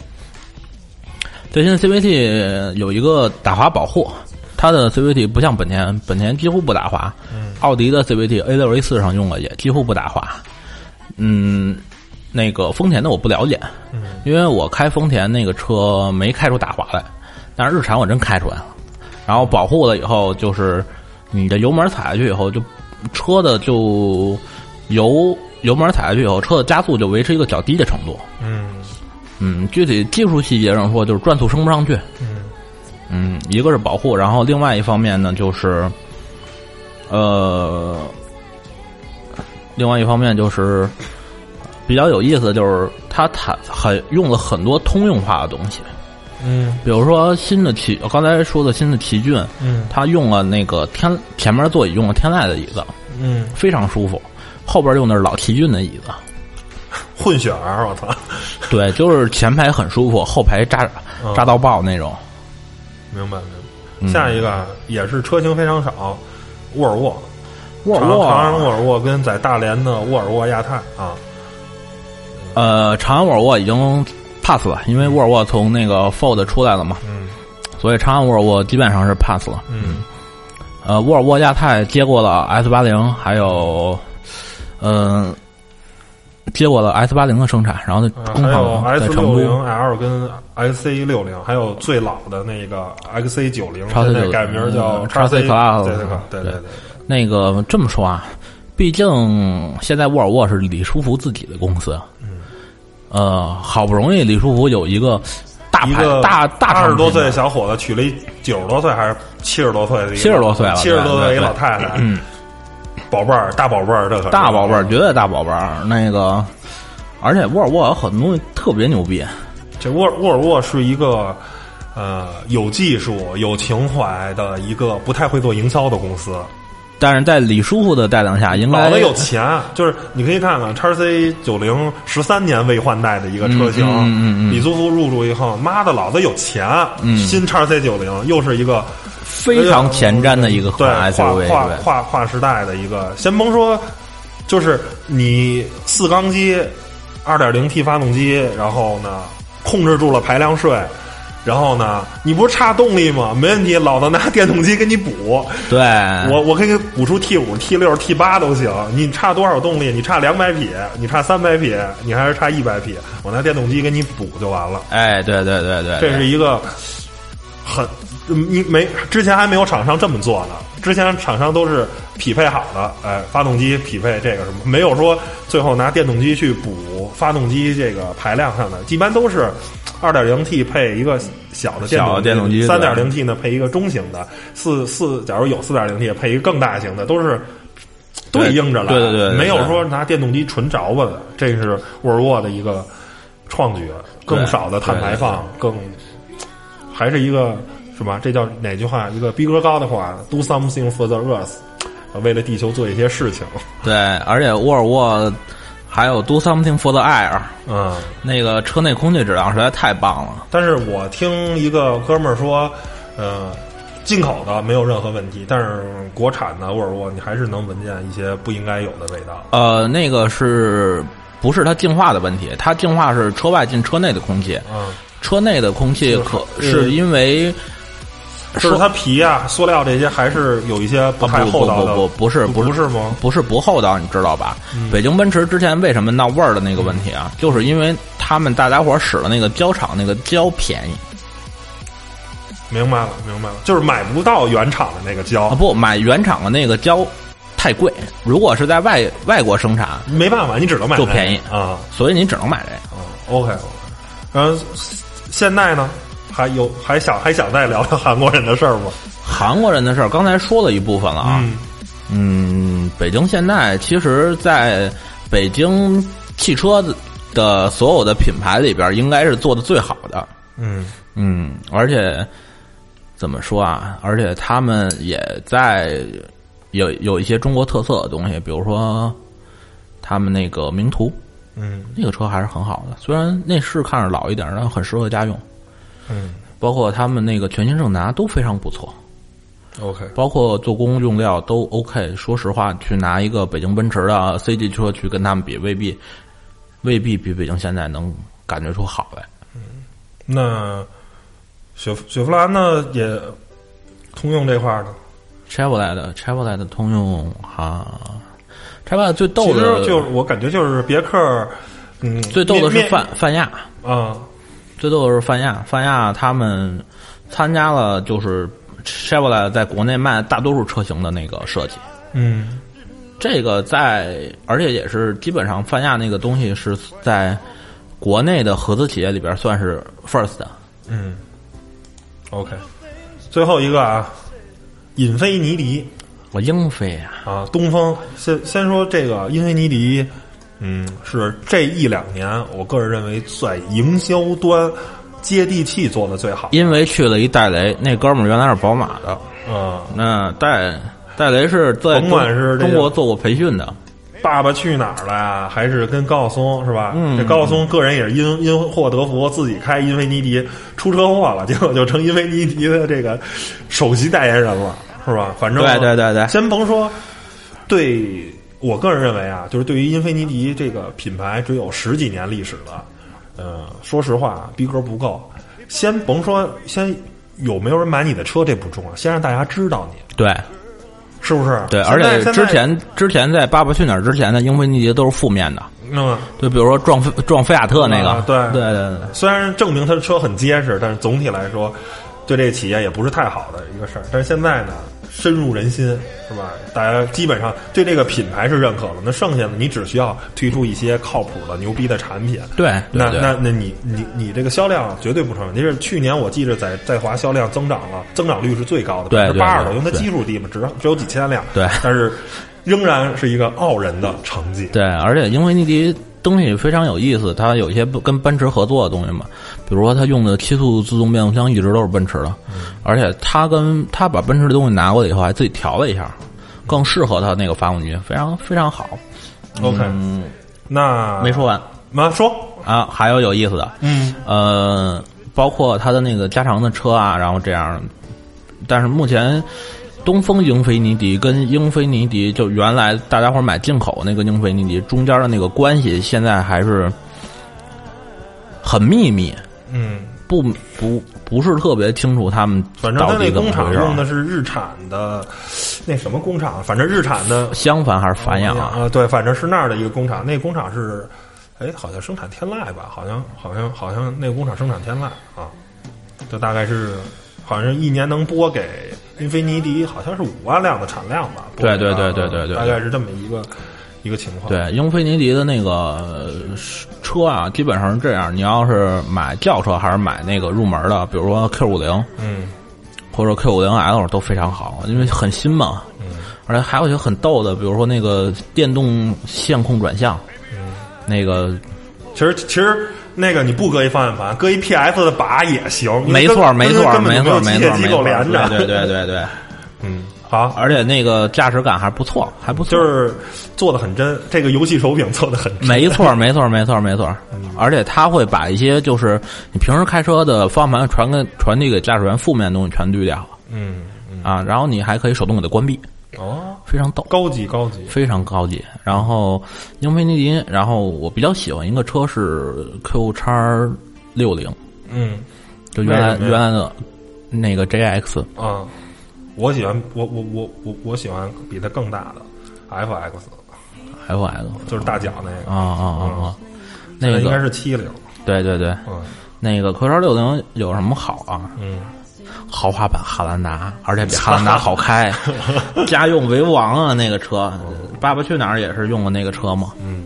Speaker 2: 最新的 CVT 有一个打滑保护，它的 CVT 不像本田，本田几乎不打滑，奥迪的 CVT A 六 A 四上用了也几乎不打滑。嗯，那个丰田的我不了解，因为我开丰田那个车没开出打滑来，但是日产我真开出来了。然后保护了以后，就是你的油门踩下去以后，就车的就油油门踩下去以后，车的加速就维持一个较低的程度。
Speaker 1: 嗯
Speaker 2: 嗯，具体技术细节上说，就是转速升不上去。
Speaker 1: 嗯
Speaker 2: 嗯，一个是保护，然后另外一方面呢，就是，呃，另外一方面就是比较有意思的就是它它很用了很多通用化的东西，
Speaker 1: 嗯
Speaker 2: 比如说新的奇，我刚才说的新的奇骏，
Speaker 1: 嗯
Speaker 2: 它用了那个天前面座椅用了天籁的椅子，
Speaker 1: 嗯，
Speaker 2: 非常舒服，后边用的是老奇骏的椅子。
Speaker 1: 混血儿，我操，
Speaker 2: 对，就是前排很舒服，后排扎
Speaker 1: 嗯
Speaker 2: 扎到爆那种。
Speaker 1: 明白明白。
Speaker 2: 嗯
Speaker 1: 下一个也是车型非常少，沃尔沃，
Speaker 2: 沃啊尔
Speaker 1: 长长安
Speaker 2: 沃，
Speaker 1: 沃尔沃跟在大连的沃尔沃亚太啊，
Speaker 2: 呃，长安沃尔沃已经 pass 了，因为沃尔沃从那个 Ford 出来了嘛，
Speaker 1: 嗯
Speaker 2: 所以长安沃尔沃基本上是 pass 了。
Speaker 1: 嗯
Speaker 2: 呃，沃尔沃亚太接过了 S 八零，还有，嗯、接过了 S 八零的生产，然后
Speaker 1: 啊
Speaker 2: 工
Speaker 1: 还有
Speaker 2: 厂
Speaker 1: S
Speaker 2: 在成
Speaker 1: 六
Speaker 2: 都。
Speaker 1: 零 L 跟 XC 六零，还有最老的那个 XC 九零，
Speaker 2: XC90
Speaker 1: 现在改名叫
Speaker 2: 嗯 XC
Speaker 1: XC
Speaker 2: Class
Speaker 1: 对对对对对，
Speaker 2: 那个这么说啊，毕竟现在沃尔沃是李书福自己的公司，啊
Speaker 1: 嗯，
Speaker 2: 呃，好不容易李书福有一个大
Speaker 1: 一
Speaker 2: 牌
Speaker 1: 个
Speaker 2: 大大
Speaker 1: 二十多
Speaker 2: 厂品
Speaker 1: 岁
Speaker 2: 牌
Speaker 1: 小伙子娶了一九十多岁还是七十多岁的一个，
Speaker 2: 70多岁了
Speaker 1: 七十多岁一
Speaker 2: 对对
Speaker 1: 老太太，
Speaker 2: 嗯，
Speaker 1: 宝贝儿，大宝贝儿，这可是
Speaker 2: 大宝贝儿，绝对大宝贝儿。那个，而且沃尔沃有很多东西特别牛逼，
Speaker 1: 这沃尔沃尔沃是一个呃有技术、有情怀的一个不太会做营销的公司，
Speaker 2: 但是在李叔叔的带领下，应
Speaker 1: 老
Speaker 2: 该
Speaker 1: 子有钱，就是你可以看看叉 C 九零十三年未换代的一个车型，
Speaker 2: 嗯嗯嗯嗯
Speaker 1: 李苏福入驻以后，妈的，老子有钱，新叉 C 九零又是一个呃
Speaker 2: 非常前瞻的一个
Speaker 1: 对跨
Speaker 2: SUV，
Speaker 1: 跨
Speaker 2: 对
Speaker 1: 跨跨时代的一个，先甭说，就是你四缸机、二点零 T 发动机，然后呢控制住了排量税。然后呢，你不是差动力吗？没问题，老子拿电动机给你补。
Speaker 2: 对，
Speaker 1: 我我可以补出 T 五、T 六、T 八都行。你差多少动力？你差两百匹，你差三百匹，你还是差一百匹，我拿电动机给你补就完了。
Speaker 2: 哎，对对对对，
Speaker 1: 这是一个很嗯你没之前还没有厂商这么做呢。之前厂商都是匹配好的，哎，发动机匹配这个什么，没有说最后拿电动机去补发动机这个排量上的，一般都是二点零 T 配一个小的电
Speaker 2: 小
Speaker 1: 动
Speaker 2: 的电动机
Speaker 1: 三
Speaker 2: 对
Speaker 1: 点零 T 呢配一个中型的，四四假如有四点零 T 配一个更大型的，都是。对应着来，
Speaker 2: 对对对对对
Speaker 1: 没有说拿电动机纯着吧的，这是沃尔沃的一个创举，更
Speaker 2: 对
Speaker 1: 少的碳排放，更还是一个什么？这叫哪句话？一个逼格高的话，do something for the earth，呃为了地球做一些事情。
Speaker 2: 对，而且沃尔沃还有 Do Something for the Air，
Speaker 1: 嗯，
Speaker 2: 那个车内空气质量实在太棒了。
Speaker 1: 但是我听一个哥们儿说，呃，进口的没有任何问题，但是国产的沃尔沃，你还是能闻见一些不应该有的味道。
Speaker 2: 呃，那个是不是它净化的问题？它净化是车外进车内的空气，
Speaker 1: 嗯，
Speaker 2: 车内的空气可
Speaker 1: 是
Speaker 2: 是因为
Speaker 1: 就是它皮啊、塑料这些，还是有一些不太
Speaker 2: 啊不
Speaker 1: 厚道的。
Speaker 2: 不不不不是
Speaker 1: 不
Speaker 2: 不是
Speaker 1: 是吗？
Speaker 2: 不是不厚道，你知道吧？
Speaker 1: 嗯
Speaker 2: 北京奔驰之前为什么闹味儿的那个问题啊，就是因为他们大家伙儿使了那个胶厂那个胶便宜
Speaker 1: 明白了，明白了，就是买不到原厂的那个胶
Speaker 2: 啊，，不买原厂的那个胶太贵，如果是在外外国生产，
Speaker 1: 没办法，你只能买
Speaker 2: 就
Speaker 1: 那
Speaker 2: 便宜
Speaker 1: 个啊。
Speaker 2: 所以你只能买这个。
Speaker 1: 嗯，OK，然后现在呢，还有还想还想再聊聊韩国人的事儿吗？
Speaker 2: 韩国人的事儿，刚才说了一部分了啊。
Speaker 1: 嗯，
Speaker 2: 嗯北京现在其实在北京汽车的所有的品牌里边，应该是做的最好的。
Speaker 1: 嗯，
Speaker 2: 嗯，而且怎么说啊？而且他们也在有有一些中国特色的东西，比如说他们那个名图，
Speaker 1: 嗯，
Speaker 2: 那个车还是很好的，虽然内饰看着老一点，但很适合家用。
Speaker 1: 嗯，
Speaker 2: 包括他们那个全新胜达都非常不错，
Speaker 1: ，OK，
Speaker 2: 包括做工用料都 OK。说实话，去拿一个北京奔驰的 C G 车去跟他们比，未必未必比北京现在能感觉出好来。
Speaker 1: 那雪雪佛兰呢也通用这块儿呢，
Speaker 2: Chevrolet 的 Chevrolet 的通用啊，Chevrolet 最
Speaker 1: 其
Speaker 2: 逗
Speaker 1: 实
Speaker 2: 的
Speaker 1: 就是我感觉就是别克，嗯，
Speaker 2: 最逗的是
Speaker 1: 面
Speaker 2: 泛泛亚，
Speaker 1: 面啊，
Speaker 2: 最逗的是泛亚，泛亚他们参加了就是 Chevrolet 在国内卖大多数车型的那个设计。
Speaker 1: 嗯
Speaker 2: 这个在，而且也是基本上泛亚那个东西是在国内的合资企业里边算是 first 的。
Speaker 1: 嗯，OK，最后一个啊，尹菲尼迪。
Speaker 2: 我英菲啊，
Speaker 1: 啊，东风先先说这个英菲尼迪，嗯，是这一两年我个人认为在营销端接地气做的最好。
Speaker 2: 因为去了一戴雷，那哥们儿原来是宝马的，
Speaker 1: 嗯，
Speaker 2: 那戴戴雷是在
Speaker 1: 甭
Speaker 2: 中
Speaker 1: 管是这个
Speaker 2: 中国做过培训的，
Speaker 1: 爸爸去哪儿了呀？还是跟高晓松是吧？
Speaker 2: 嗯
Speaker 1: 这高晓松个人也是因因祸得福，自己开英菲尼迪出车祸了，结果就成英菲尼迪的这个首席代言人了，是吧？反正
Speaker 2: 对对对对
Speaker 1: 先甭说，对我个人认为啊，就是对于英菲尼迪这个品牌只有十几年历史了，呃，说实话逼格不够。先甭说先有没有人买你的车这不重要，先让大家知道你
Speaker 2: 对
Speaker 1: 是不是？
Speaker 2: 对，
Speaker 1: 现
Speaker 2: 而
Speaker 1: 在现
Speaker 2: 且之
Speaker 1: 在
Speaker 2: 前之前在《爸爸去哪儿》之前的英菲尼迪都是负面的，
Speaker 1: 那么。
Speaker 2: 就比如说撞菲撞菲亚特那个
Speaker 1: 啊，对
Speaker 2: 对对对，
Speaker 1: 虽然证明他的车很结实，但是总体来说，对这个企业也不是太好的一个事儿。但是现在呢，深入人心，是吧？大家基本上对这个品牌是认可了。那剩下的你只需要推出一些靠谱的、牛逼的产品，
Speaker 2: 对对
Speaker 1: 那
Speaker 2: 对
Speaker 1: 那那你你你这个销量绝对不成问题。这是去年我记着在在华销量增长了，增长率是最高的，
Speaker 2: 对
Speaker 1: 百
Speaker 2: 对
Speaker 1: 分之八十多，
Speaker 2: 对
Speaker 1: 因为它
Speaker 2: 对
Speaker 1: 基数低嘛，只只有几千辆，
Speaker 2: 对
Speaker 1: 但是仍然是一个傲人的成绩。
Speaker 2: 对，而且英菲尼迪东西非常有意思，它有一些不跟奔驰合作的东西嘛，比如说它用的七速自动变速箱一直都是奔驰的，而且它跟它把奔驰的东西拿过来以后，还自己调了一下，更适合它那个发动机，非常非常好。
Speaker 1: OK，那
Speaker 2: 嗯没说完
Speaker 1: 妈说，
Speaker 2: 啊，还有有意思的，
Speaker 1: 嗯，
Speaker 2: 呃，包括它的那个加长的车啊，然后这样，但是目前。东风英菲尼迪跟英菲尼迪就原来大家伙儿买进口那个英菲尼迪中间的那个关系，现在还是很秘密，
Speaker 1: 嗯，
Speaker 2: 不不不是特别清楚他们
Speaker 1: 反正他
Speaker 2: 到
Speaker 1: 那
Speaker 2: 底怎
Speaker 1: 工
Speaker 2: 么
Speaker 1: 厂
Speaker 2: 回事
Speaker 1: 用
Speaker 2: 儿。啊
Speaker 1: 的是日产的那什么工厂，反正日产的
Speaker 2: 襄樊还是繁阳啊？
Speaker 1: 啊，对，反正是那儿的一个工厂，那个工厂是，哎，好像生产天籁吧，好像好像好像那个工厂生产天籁啊，就大概是，好像一年能拨给英菲尼迪好像是五万辆的产量吧，拨给
Speaker 2: 对对对
Speaker 1: 它啊
Speaker 2: 对对对
Speaker 1: 大概是这么一个一个情况，，
Speaker 2: 对，英菲尼迪的那个呃车啊，基本上是这样。你要是买轿车还是买那个入门的，比如说 Q 五零
Speaker 1: 嗯
Speaker 2: 或者 Q 五零 L 都非常好，因为很新嘛。而且还有一些很逗的，比如说那个电动线控转向，
Speaker 1: 嗯，
Speaker 2: 那个
Speaker 1: 其实其实。那个你不搁一方向盘，搁一 PS 的把也行。因为
Speaker 2: 没错
Speaker 1: 根
Speaker 2: 没错
Speaker 1: 根本
Speaker 2: 没
Speaker 1: 就
Speaker 2: 错
Speaker 1: 没
Speaker 2: 没
Speaker 1: 有机械
Speaker 2: 错
Speaker 1: 机
Speaker 2: 没
Speaker 1: 构
Speaker 2: 错，
Speaker 1: 连着。
Speaker 2: 对对对对对。
Speaker 1: 嗯，好，
Speaker 2: 而且那个驾驶感还不错，还不错。
Speaker 1: 就是做的很真，这个游戏手柄做的很真。
Speaker 2: 没错，没错，没错，没错。
Speaker 1: 嗯
Speaker 2: 而且他会把一些就是你平时开车的方向盘传给传递给驾驶员负面的东西全滤掉
Speaker 1: 嗯，嗯
Speaker 2: 啊，然后你还可以手动给它关闭，
Speaker 1: 哦，
Speaker 2: 非常逗，
Speaker 1: 高级高级。
Speaker 2: 非常高级。然后英菲尼迪，然后我比较喜欢一个车是 Q 叉六零，
Speaker 1: 嗯
Speaker 2: 就原来
Speaker 1: 为什么
Speaker 2: 原
Speaker 1: 呀
Speaker 2: 来的那个 JX
Speaker 1: 啊，我喜欢我我我我我喜欢比它更大的 FX，
Speaker 2: FX
Speaker 1: 就是大脚那个，
Speaker 2: 啊啊啊啊，那
Speaker 1: 嗯那应该
Speaker 2: 个
Speaker 1: 是七零。
Speaker 2: 对对对，
Speaker 1: 嗯
Speaker 2: 那个 Q 叉六零有什么好啊？
Speaker 1: 嗯，
Speaker 2: 豪华版汉兰达，而且比汉兰达好开，家用为王啊！那个车，
Speaker 1: 嗯
Speaker 2: 呃《爸爸去哪儿》也是用的那个车嘛，嗯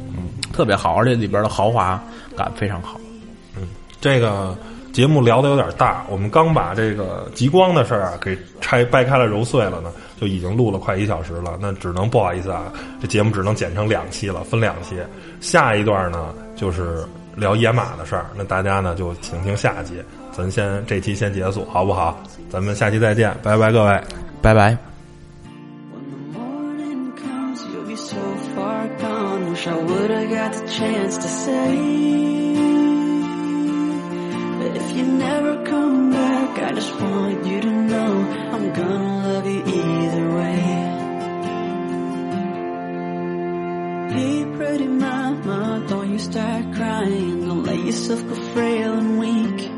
Speaker 2: 特别好，而且里边的豪华感非常好。
Speaker 1: 这个节目聊的有点大，我们刚把这个极光的事儿啊给拆掰开了揉碎了呢，就已经录了快一小时了。那只能不好意思啊，这节目只能剪成两期了，分两期。下一段呢就是聊野马的事儿，那大家呢就请听下集。咱先这期先结束，好不好？咱们下期再见，拜拜，各位。
Speaker 2: 拜拜。
Speaker 3: When the morning comes, you'll be so far gone. Wish I would've got the chance to say. But if you never come back, I just want you to know I'm gonna love you either way. Hey, pretty mama, don't you start crying. Don't let yourself go frail and weak.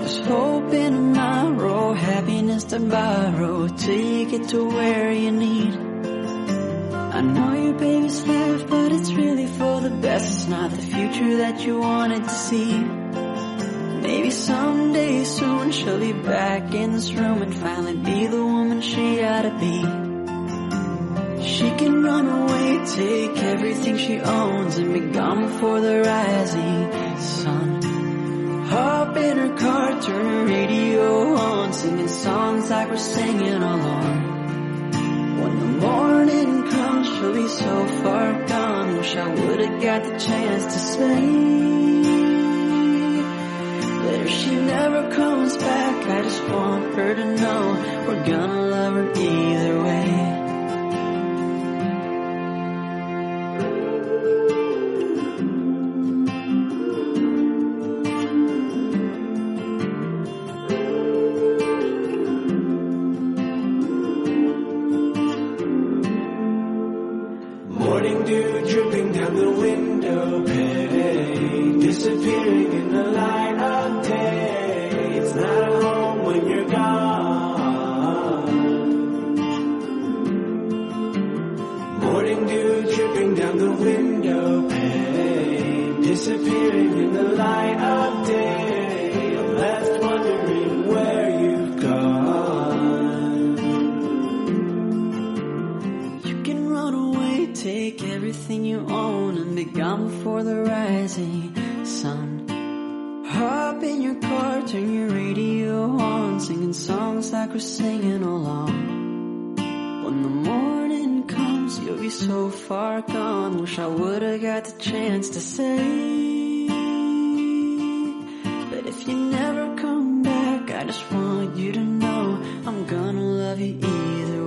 Speaker 3: There's hope in tomorrow, happiness to borrow till you get to where you need. I know your baby's half, but it's really for the best. It's not the future that you wanted to see. Maybe someday soon she'll be back in this room and finally be the woman she ought to be. She can run away, take everything she owns, and be gone before the rising sun. Hop in her car, turn her radio on, singing songs like we're singing along. When the morning comes, she'll be so far gone. Wish I would've got the chance to say. But if she never comes back, I just want her to know we're gonna love her either way.
Speaker 4: Morning dew dripping down the window pane, disappearing in the light of day. It's not a home when you're gone. Morning dew dripping down the window pane, disappearing in the light of day. I'm left wondering where
Speaker 3: everything you own and be gone before the rising sun. Hop in your car, turn your radio on, singing songs like we're singing along. When the morning comes, you'll be so far gone. Wish I would've got the chance to say. But if you never come back, I just want you to know I'm gonna love you either